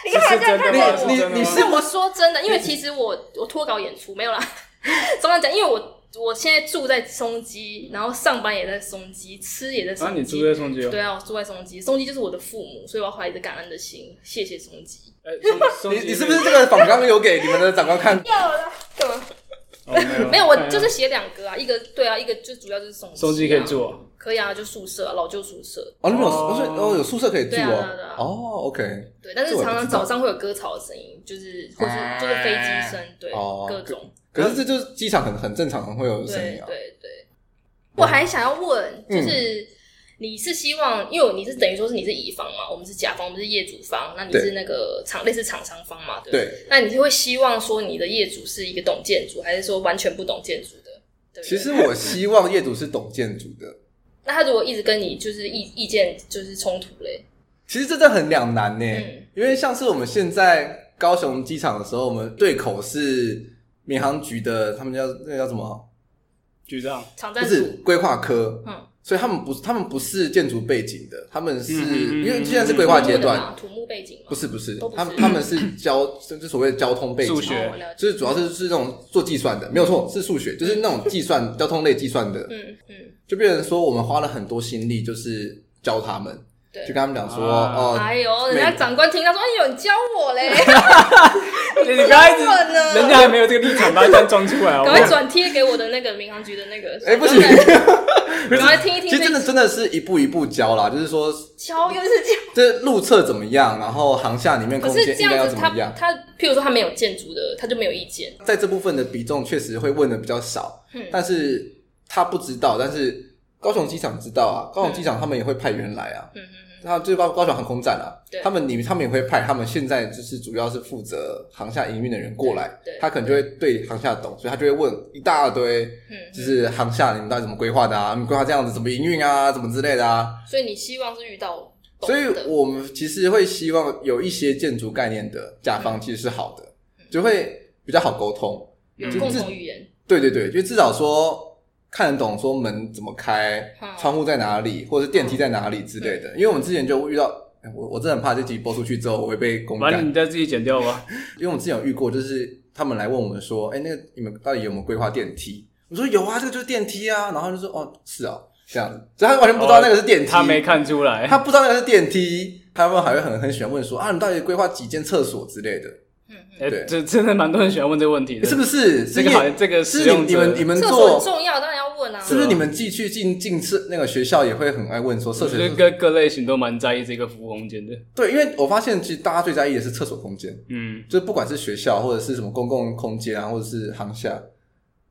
Speaker 2: 你
Speaker 3: 这
Speaker 2: 还
Speaker 3: 是
Speaker 2: 在
Speaker 3: 真
Speaker 2: 看
Speaker 3: 的
Speaker 1: 你
Speaker 3: 吗？
Speaker 2: 我？
Speaker 1: 你
Speaker 3: 真的吗
Speaker 1: 你是
Speaker 2: 但我说真的，因为其实我我脱稿演出没有啦， *laughs* 怎么讲？因为我我现在住在松基，然后上班也在松基，吃也在
Speaker 3: 啊，
Speaker 2: 松
Speaker 3: 你
Speaker 2: 基。
Speaker 3: 住在松基哦
Speaker 2: 对，啊，我住在松基，松基就是我的父母，所以我要怀着感恩的心，谢谢松基。
Speaker 3: 哎松松
Speaker 1: 你
Speaker 3: 基
Speaker 1: 你是不是这个访纲有给你们的长官看？
Speaker 2: 要了，干嘛？
Speaker 3: 哦没有
Speaker 2: 没有，我就是写两个啊，一个对啊，一个就主要就是松
Speaker 3: 松
Speaker 2: 基
Speaker 3: 基可以，住哦，
Speaker 2: 可以啊，就宿舍啊，老旧宿舍，
Speaker 1: *laughs* 哦，那边有，
Speaker 3: 哦
Speaker 1: 哦所以哦有宿舍可以住
Speaker 2: 对啊对啊对
Speaker 1: 哦
Speaker 2: 啊。
Speaker 1: 哦，OK，
Speaker 2: 对，但是
Speaker 1: 这我
Speaker 2: 常
Speaker 1: 不
Speaker 2: 常
Speaker 1: 知道
Speaker 2: 早上会有割草的声音，就是或是
Speaker 1: 啊
Speaker 2: 就是飞机声，对，
Speaker 1: 哦
Speaker 2: 各种，
Speaker 1: 可是这就是机场很很嗯正常会有的
Speaker 2: 对
Speaker 1: 声音啊。
Speaker 2: 对对。我还想要问，就是你是希望，因为你是等于说是你是乙方嘛，我们是甲方，我们是业主方，那你
Speaker 1: 对
Speaker 2: 是那个厂类似厂商方嘛，对不对？
Speaker 1: 对，
Speaker 2: 那你是会希望说你的业主是一个懂建筑，还是说完全不懂建筑的？对不
Speaker 1: 其
Speaker 2: 对
Speaker 1: 实我希望业主是懂建筑的，
Speaker 2: 那他如果一直跟你就是意意见就是冲突嘞，
Speaker 1: 其实这真的很两难呢、
Speaker 2: 嗯
Speaker 1: 因为像是我们现在高雄机场的时候，我们对口是民航局的，他们叫那个叫什么？啊
Speaker 3: 局 *laughs* 长
Speaker 2: 场
Speaker 1: 就
Speaker 2: 站
Speaker 1: 是
Speaker 2: 组，
Speaker 1: 规划科，
Speaker 2: 嗯，
Speaker 1: 所以他们不是他们不是建筑背景的，他们是、
Speaker 3: 嗯嗯嗯
Speaker 1: 因为现在是规划阶段，
Speaker 2: 土木背景嘛，
Speaker 1: 不是不是
Speaker 2: 都，不是
Speaker 1: 他们他们是交就所谓的交通背景
Speaker 3: 数学
Speaker 2: 哦我了解
Speaker 1: 就是主要是是那种做计算的，没有错，是数学，就是那种计算交通类计算的，
Speaker 2: 嗯嗯，
Speaker 1: 就变成说我们花了很多心力，就是教他们，
Speaker 2: 对
Speaker 1: 就跟他们讲说，
Speaker 3: 啊
Speaker 1: 哦、
Speaker 2: 哎呦，人家长官听到说，哎呦，你教
Speaker 1: *laughs*
Speaker 2: 我嘞，
Speaker 3: 哎你刚才一直
Speaker 2: 问呢
Speaker 3: 人家还没有这个立场，把它这样装出来哦，
Speaker 2: 赶快转贴给我的那个民航局的那个，
Speaker 1: 哎
Speaker 2: *laughs*
Speaker 1: 不行
Speaker 2: 赶快听一听
Speaker 1: 其实真
Speaker 2: 这
Speaker 1: 的真的是一步一步教啦，就是说
Speaker 2: 教
Speaker 1: *laughs*
Speaker 2: 又是这样，
Speaker 1: 这路侧怎么样，然后航下里面
Speaker 2: 可
Speaker 1: 空
Speaker 2: 是
Speaker 1: 间
Speaker 2: 这
Speaker 1: 应该要
Speaker 2: 样子
Speaker 1: 怎
Speaker 2: 他
Speaker 1: 么样，
Speaker 2: 他，譬如说他没有建筑的，他就没有意见，
Speaker 1: 在这部分的比重确实会问的比较少，
Speaker 2: 嗯
Speaker 1: 但是他不知道，但是高雄机场知道啊，高雄机场他们也会派员来啊，
Speaker 2: 嗯嗯
Speaker 1: 那就包括高雄航空站啊
Speaker 2: 对，
Speaker 1: 他们你他们也会派，他们现在就是主要是负责航下营运的人过来
Speaker 2: 对对，
Speaker 1: 他可能就会对航下懂，所以他就会问一大堆，
Speaker 2: 嗯，
Speaker 1: 就是航下你们到底怎么规划的啊，你们规划这样子怎么营运啊，怎么之类的啊，
Speaker 2: 所以你希望是遇到懂
Speaker 1: 所以
Speaker 2: 的，
Speaker 1: 我们其实会希望有一些建筑概念的甲方其实是好的，
Speaker 2: 嗯
Speaker 1: 就会比较好沟通。
Speaker 2: 有
Speaker 1: 就
Speaker 2: 嗯共
Speaker 1: 是
Speaker 2: 同语言，
Speaker 1: 对对对，就至少说看得懂说门怎么开
Speaker 2: 嗯，
Speaker 1: 窗户在哪里，或者是电梯在哪里之类的。因为我们之前就遇到，哎我我真的很怕这集播出去之后我会被公
Speaker 3: 完
Speaker 1: 干
Speaker 3: 了，，你再自己剪掉吧。
Speaker 1: 因为我们之前有遇过，就是他们来问我们说，哎，那个你们到底有没有规划电梯？我说有啊，这个就是电梯啊，然后他就说哦是哦这样子，所以他完全不知道那个是电梯，
Speaker 3: 哦他没看出来，
Speaker 1: 他不知道那个是电梯，他们还会很很喜欢问说啊，你们到底规划几间厕所之类的，
Speaker 2: 嗯嗯，
Speaker 3: 哎
Speaker 1: 对
Speaker 3: 这真的蛮多人喜欢问这个问题的，
Speaker 1: 是不是？
Speaker 3: 这个
Speaker 1: 是
Speaker 3: 好像这个
Speaker 1: 是
Speaker 3: 使
Speaker 1: 你
Speaker 3: 用
Speaker 1: 你
Speaker 3: 者
Speaker 1: 们你们
Speaker 2: 厕所很
Speaker 1: 嗯做，
Speaker 2: 重要，当然要问啊，
Speaker 1: 是不是你们寄去进进厕那个学校也会很爱问说厕所
Speaker 3: 就是？各各类型都蛮在意这个服务空间的。
Speaker 1: 对，因为我发现其实大家最在意的是厕所空间，
Speaker 3: 嗯，
Speaker 1: 就是不管是学校或者是什么公共空间啊，或者是航厦，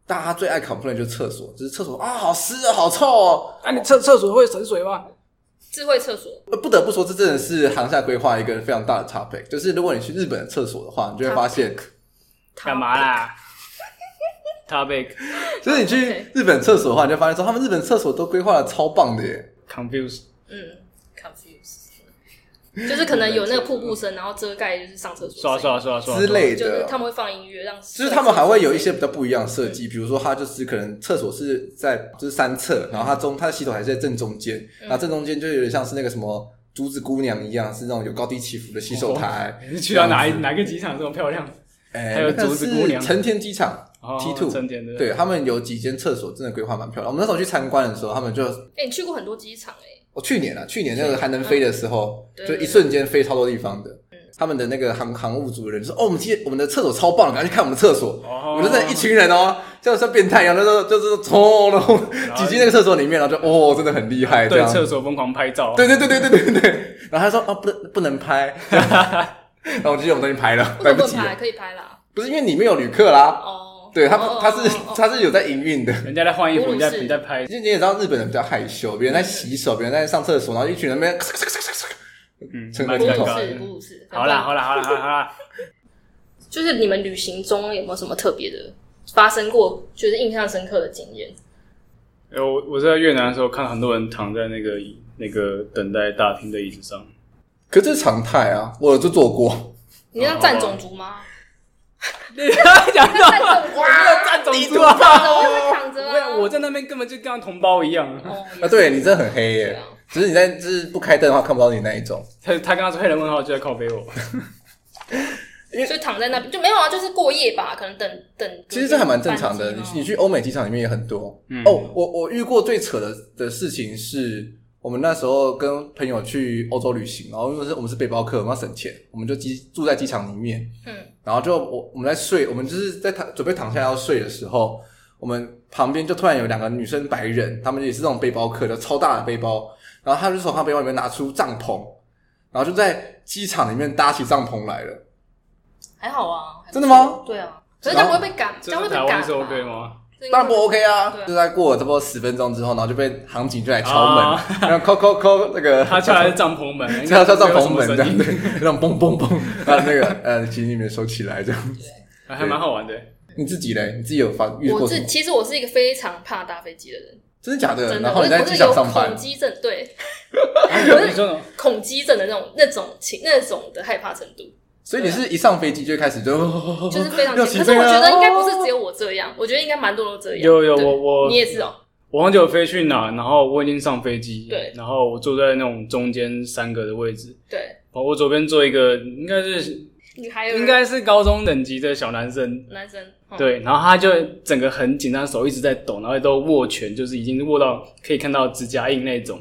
Speaker 1: 大家最爱 complain 就是厕所，就是厕所啊好湿啊好臭哦。
Speaker 3: 那、你厕厕所会省水吗？
Speaker 2: 智慧厕所，
Speaker 1: 呃不得不说，这真的是航厦规划一个非常大的 topic。就是如果你去日本的厕所的话，你就会发现
Speaker 3: 干嘛啦？Topic
Speaker 1: 就是你去日本厕所的话，你就发现说他们日本厕所都规划的超棒的耶。
Speaker 3: confuse
Speaker 2: 嗯，confuse，就是可能有那个瀑布
Speaker 1: *laughs*
Speaker 2: 声，然后遮盖就是上厕所
Speaker 3: 刷刷刷刷
Speaker 1: 之，类
Speaker 2: 就
Speaker 1: 的，
Speaker 2: 是他们会放音乐让，
Speaker 1: 就是他们还会有一些比较不一样的设计，比如说它就是可能厕所是在就是三侧，然后它中它的系统还是在正中间，然后正中间就有点像是那个什么竹子姑娘一样，是那种有高低起伏的洗手台。
Speaker 3: 你是去到哪一
Speaker 1: 嗯
Speaker 3: 哪个机场这么漂亮？
Speaker 1: 哎，
Speaker 3: 还有
Speaker 1: 那个
Speaker 3: 竹子姑娘
Speaker 1: 是成田机场
Speaker 3: 哦
Speaker 1: T two
Speaker 3: 成田的
Speaker 1: 对他们有几间厕所真的规划蛮漂亮。我们那时候去参观的时候，他们就
Speaker 2: 哎、你去过很多机场哎，
Speaker 1: 我去年啊，去年那个还能飞的时候，
Speaker 2: 对
Speaker 1: 就一瞬间飞超多地方的。他们的那个航航务组的人就说：“哦，我们今天我们的厕所超棒的，赶快去看我们的厕所。
Speaker 3: 哦
Speaker 1: 我们就在一群人哦，像像变态一样，那时候就是冲然后挤进那个厕所里面，然后就哦，真的很厉害，这
Speaker 3: 对
Speaker 1: 样。
Speaker 3: 厕所疯狂拍照，
Speaker 1: 对对对对对对对。然后他说：“啊，不能不能拍。” *laughs* 然后我就用东西拍了，
Speaker 2: 不
Speaker 1: 来
Speaker 2: 能
Speaker 1: 不
Speaker 2: 不
Speaker 1: 及
Speaker 2: 拍，
Speaker 1: 了。
Speaker 2: 可以拍啦。
Speaker 1: 不是因为里面有旅客啦，
Speaker 2: 哦，
Speaker 1: 对他
Speaker 2: 哦
Speaker 1: 他是
Speaker 2: 哦哦
Speaker 1: 他是有在营运的。
Speaker 3: 人家在换衣服，
Speaker 2: 哺乳
Speaker 3: 人家
Speaker 2: 室
Speaker 3: 你在拍，
Speaker 1: 其实你也知道，日本人比较害羞，别人在洗手，别人在上厕所，然后一群人在那边。
Speaker 3: 嗯
Speaker 1: 成，
Speaker 3: 蛮
Speaker 1: 个
Speaker 2: 哺
Speaker 3: 尴
Speaker 1: 镜头
Speaker 2: 乳
Speaker 3: 尬
Speaker 2: 室，哺
Speaker 3: 的。
Speaker 2: 乳室。
Speaker 3: 好啦，好啦，好啦，好啦，好啦， *laughs*
Speaker 2: 就是你们旅行中有没有什么特别的发生过，就是印象深刻的经验？
Speaker 3: 哎我我在越南的时候看很多人躺在那个椅那个等待大厅的椅子上，
Speaker 1: 可这是常态啊，我就做过。
Speaker 2: 你那占种
Speaker 1: *laughs*
Speaker 2: 族吗？
Speaker 3: 你讲
Speaker 2: 那占种族啊，
Speaker 3: 占种族啊！
Speaker 2: 我会躺着
Speaker 3: 我
Speaker 2: 啊。
Speaker 3: 跟我在那边根本就跟同胞一样。
Speaker 2: 哦
Speaker 1: 啊，对你真的很黑
Speaker 2: 啊
Speaker 1: 耶，只是你在就是不开灯的话看不到你那一种。
Speaker 3: 他他刚刚说黑人问号就在靠背我，
Speaker 2: 所以躺在那边就没有啊，就是过夜吧，可能等等。
Speaker 1: 其实这还蛮正常的，
Speaker 2: 班
Speaker 1: 你
Speaker 2: 机吗
Speaker 1: 哦你去欧美机场里面也很多。
Speaker 3: 嗯
Speaker 1: 哦，我我遇过最扯的的事情是，我们那时候跟朋友去欧洲旅行，然后因为是我们是背包客，我们要省钱，我们就机住在机场里面，
Speaker 2: 嗯，
Speaker 1: 然后就我我们在睡，我们就是在躺准备躺下要睡的时候，我们旁边就突然有两个女生白人，她们也是那种背包客的超大的背包，然后她就从她背包里面拿出帐篷，然后就在机场里面搭起帐篷来了。
Speaker 2: 还好啊，还不
Speaker 1: 真的吗
Speaker 2: 错？对啊，可是这样不会被赶，这
Speaker 3: 这
Speaker 2: 样
Speaker 3: 在
Speaker 2: 会被赶
Speaker 3: 台湾
Speaker 2: 吧
Speaker 3: 是 OK？吗？
Speaker 2: 这应该
Speaker 1: 当然不 OK 啊！
Speaker 2: 对啊
Speaker 1: 就在过了差不多十分钟之后，然后就被航警就来敲门，
Speaker 3: 啊
Speaker 1: 然后敲敲敲那个，
Speaker 3: 他敲的是
Speaker 1: *laughs*
Speaker 3: 帐篷门，应
Speaker 1: 这
Speaker 3: 该
Speaker 1: 样叫帐
Speaker 3: 没有
Speaker 1: 篷
Speaker 3: 什么
Speaker 1: 门这
Speaker 3: 声
Speaker 1: 样
Speaker 3: 音
Speaker 1: 对， *laughs* 那种嘣嘣嘣，把那个呃行李里面收起来这样。
Speaker 3: 还还蛮好玩的。
Speaker 1: 你自己嘞？你自己有发遇
Speaker 2: 我
Speaker 1: 过什
Speaker 2: 自
Speaker 1: 么？
Speaker 2: 其实我是一个非常怕搭飞机的人，
Speaker 1: 真的假的？
Speaker 2: 真的，
Speaker 1: 然后
Speaker 2: 我
Speaker 1: 你
Speaker 2: 是
Speaker 1: 在
Speaker 2: 我
Speaker 1: 机
Speaker 2: 是
Speaker 1: 场
Speaker 2: 有
Speaker 1: 上班
Speaker 2: 恐，机症，对，哎
Speaker 3: 你说呢
Speaker 2: 恐机症的那种、那种情、那种的害怕程度，
Speaker 1: 所以你是一上飞机就开始就
Speaker 2: 啊就是
Speaker 1: *laughs*
Speaker 2: 非常
Speaker 1: 要
Speaker 2: 紧。
Speaker 1: 起
Speaker 2: 可是我
Speaker 1: 飞了哦
Speaker 2: 觉得应该不是只有我这样，我觉得应该蛮多人都这样。
Speaker 3: 啊哦有有
Speaker 2: 对
Speaker 3: 我我
Speaker 2: 你也是哦，
Speaker 3: 我很久飞去哪，然后我已经上飞机，
Speaker 2: 对
Speaker 3: 然后我坐在那种中间三个的位置，
Speaker 2: 对，
Speaker 3: 我左边坐一个应该是
Speaker 2: 你还有
Speaker 3: 应该是高中等级的小男生，
Speaker 2: 男生，嗯，
Speaker 3: 对，然后他就整个很紧张，手一直在抖，然后都握拳，就是已经握到可以看到指甲印那种，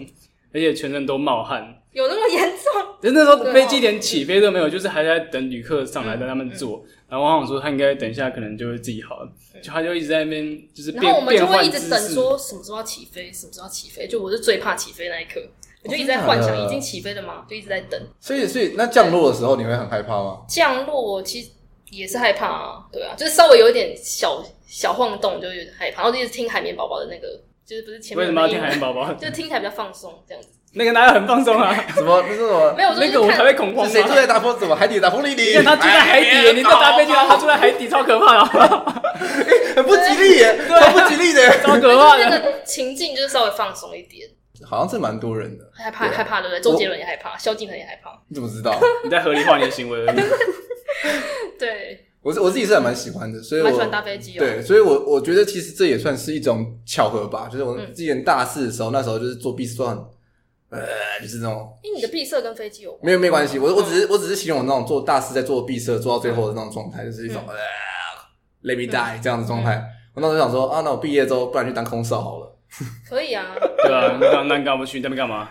Speaker 3: 而且全身都冒汗。
Speaker 2: 有那么严重？
Speaker 3: 就那时候
Speaker 2: 对
Speaker 3: 飞机连起飞都没有，就是还在等旅客上来，
Speaker 2: 啊嗯
Speaker 3: 让他们坐。然后我想说他应该等一下可能就会自己好了，就他就一直在那边就是
Speaker 2: 然后我
Speaker 3: 变
Speaker 2: 们就
Speaker 3: 变换
Speaker 2: 会一
Speaker 3: 姿
Speaker 2: 直等，
Speaker 3: 势。
Speaker 2: 说什么时候要起飞，什么时候要起飞。就我是最怕起飞那一刻，我就一直
Speaker 3: 哦
Speaker 2: 在幻
Speaker 1: 真
Speaker 2: 想
Speaker 3: 啊
Speaker 1: 的
Speaker 2: 已经起飞了嘛，就一直在等
Speaker 1: 所以所以那降落的时候你会很害怕吗？
Speaker 2: 降落。我其实也是害怕啊，对啊，就是稍微有一点小小晃动就有点害怕，然后就一直听海绵宝宝的那个，就是不是前
Speaker 3: 为
Speaker 2: 面
Speaker 3: 什
Speaker 2: 有
Speaker 3: 么要听
Speaker 2: 那个
Speaker 3: 海绵宝宝？
Speaker 2: 就听起来比较放松这样子。
Speaker 3: 那个哪有很放松啊？
Speaker 1: 什么那是什么
Speaker 2: 没？有，我说就是
Speaker 3: 那个我
Speaker 2: 看
Speaker 3: 才会恐慌
Speaker 1: 是谁
Speaker 3: 嘛
Speaker 1: 住在大风怎么海底的大风里里？
Speaker 3: 你看他住在海
Speaker 1: 哎
Speaker 3: 底，你在搭飞机，然后他住在海底，超可怕的，
Speaker 1: 很不吉利 *laughs* 耶，超不吉利的。 *laughs*
Speaker 3: 超可怕
Speaker 2: 就是那
Speaker 3: 的。
Speaker 2: 个情境就是稍微放松一点，
Speaker 1: 好像是蛮多人的，
Speaker 2: 害怕
Speaker 1: 对啊
Speaker 2: 害怕对不对？周杰伦也害怕，萧敬腾也害
Speaker 1: *laughs*
Speaker 2: 怕，
Speaker 1: 你怎么知道？
Speaker 3: 你在合理化你的行为
Speaker 2: *laughs*
Speaker 3: 而已。
Speaker 2: 对，
Speaker 1: 我是我自己是还蛮喜欢的，所以我
Speaker 2: 蛮喜欢搭飞机哦。
Speaker 1: 对，所以我，我觉得其实这也算是一种巧合吧。就是我
Speaker 2: 嗯
Speaker 1: 之前大四的时候，那时候就是做 B 算，呃，就是那种
Speaker 2: 因为你的闭塞跟飞机有关，
Speaker 1: 没有没关系，我我
Speaker 2: 哦嗯
Speaker 1: 只是我只是形容那种做大四在做毕设做到最后的那种状态，就是一
Speaker 2: 嗯
Speaker 1: 种、呃 let me die 这样的状态。我那时候想说啊，那我毕业之后，不然去当空少好了。
Speaker 2: 可以啊，
Speaker 3: 对啊，那那你干嘛不去？你在那边干嘛？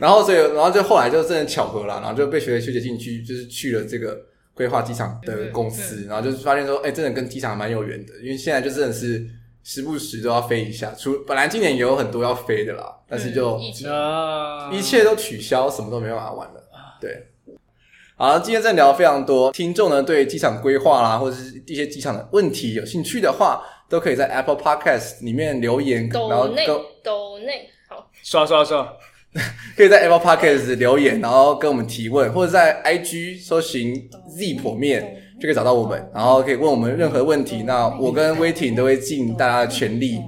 Speaker 1: 然后所以，然后就后来就真的巧合啦，然后就被学姐学姐进去，就是去了这个规划机场的公司，然后就是发现说，哎、真的跟机场蛮有缘的，因为现在就真的是时不时都要飞一下。除本来今年也有很多要飞的啦， *laughs* 但是就
Speaker 2: 嗯疫情
Speaker 3: 啊，
Speaker 1: 一切都取消，什么都没办法玩了。对，好，今天真的聊得非常多，听众呢对机场规划啦，或者是一些机场的问题有兴趣的话，都可以在 Apple Podcast 里面留言，然后
Speaker 2: 抖内
Speaker 1: 跟
Speaker 2: 抖内好，
Speaker 3: 刷刷刷，
Speaker 1: 可以在 Apple Podcast 留言，然后跟我们提问，或者在 IG 搜寻 Z 剖面就可以找到我们，然后可以问我们任何问题。那我跟威霆都会尽大家的全力。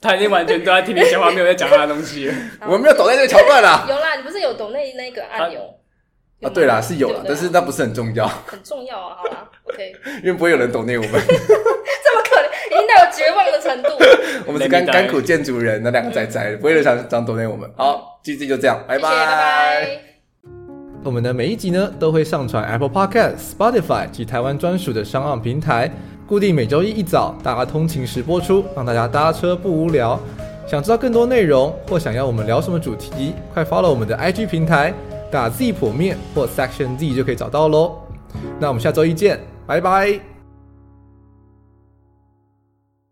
Speaker 3: 他已经完全都在听你讲话，没有在讲他的东西了。
Speaker 1: 我们没有抖在这个桥段啦。
Speaker 2: 有啦，你不是有抖内那个按钮？啊有
Speaker 1: 啊，
Speaker 2: 吗
Speaker 1: 对啦，是有啦，
Speaker 2: 对
Speaker 1: 但
Speaker 2: 不对
Speaker 1: 是那不是很重要，
Speaker 2: 很重要啊，好啦，OK，
Speaker 1: *laughs* 因为不会有人懂内我们。
Speaker 2: 这么可怜，已经到了绝望的程度，
Speaker 1: 我们是甘
Speaker 3: Let me die
Speaker 1: 甘苦建筑人，那两个仔仔不会有人想想 donate 我们。好，这集就这样，拜
Speaker 2: 谢谢，拜拜。
Speaker 1: 我们的每一集呢都会上传 Apple Podcast、Spotify 及台湾专属的商岸平台，固定每周一一早大家通勤时播出，让大家搭车不无聊。想知道更多内容或想要我们聊什么主题，快 follow 我们的 IG 平台，打 Z 破面或 Section Z 就可以找到喽。那我们下周一见，拜拜。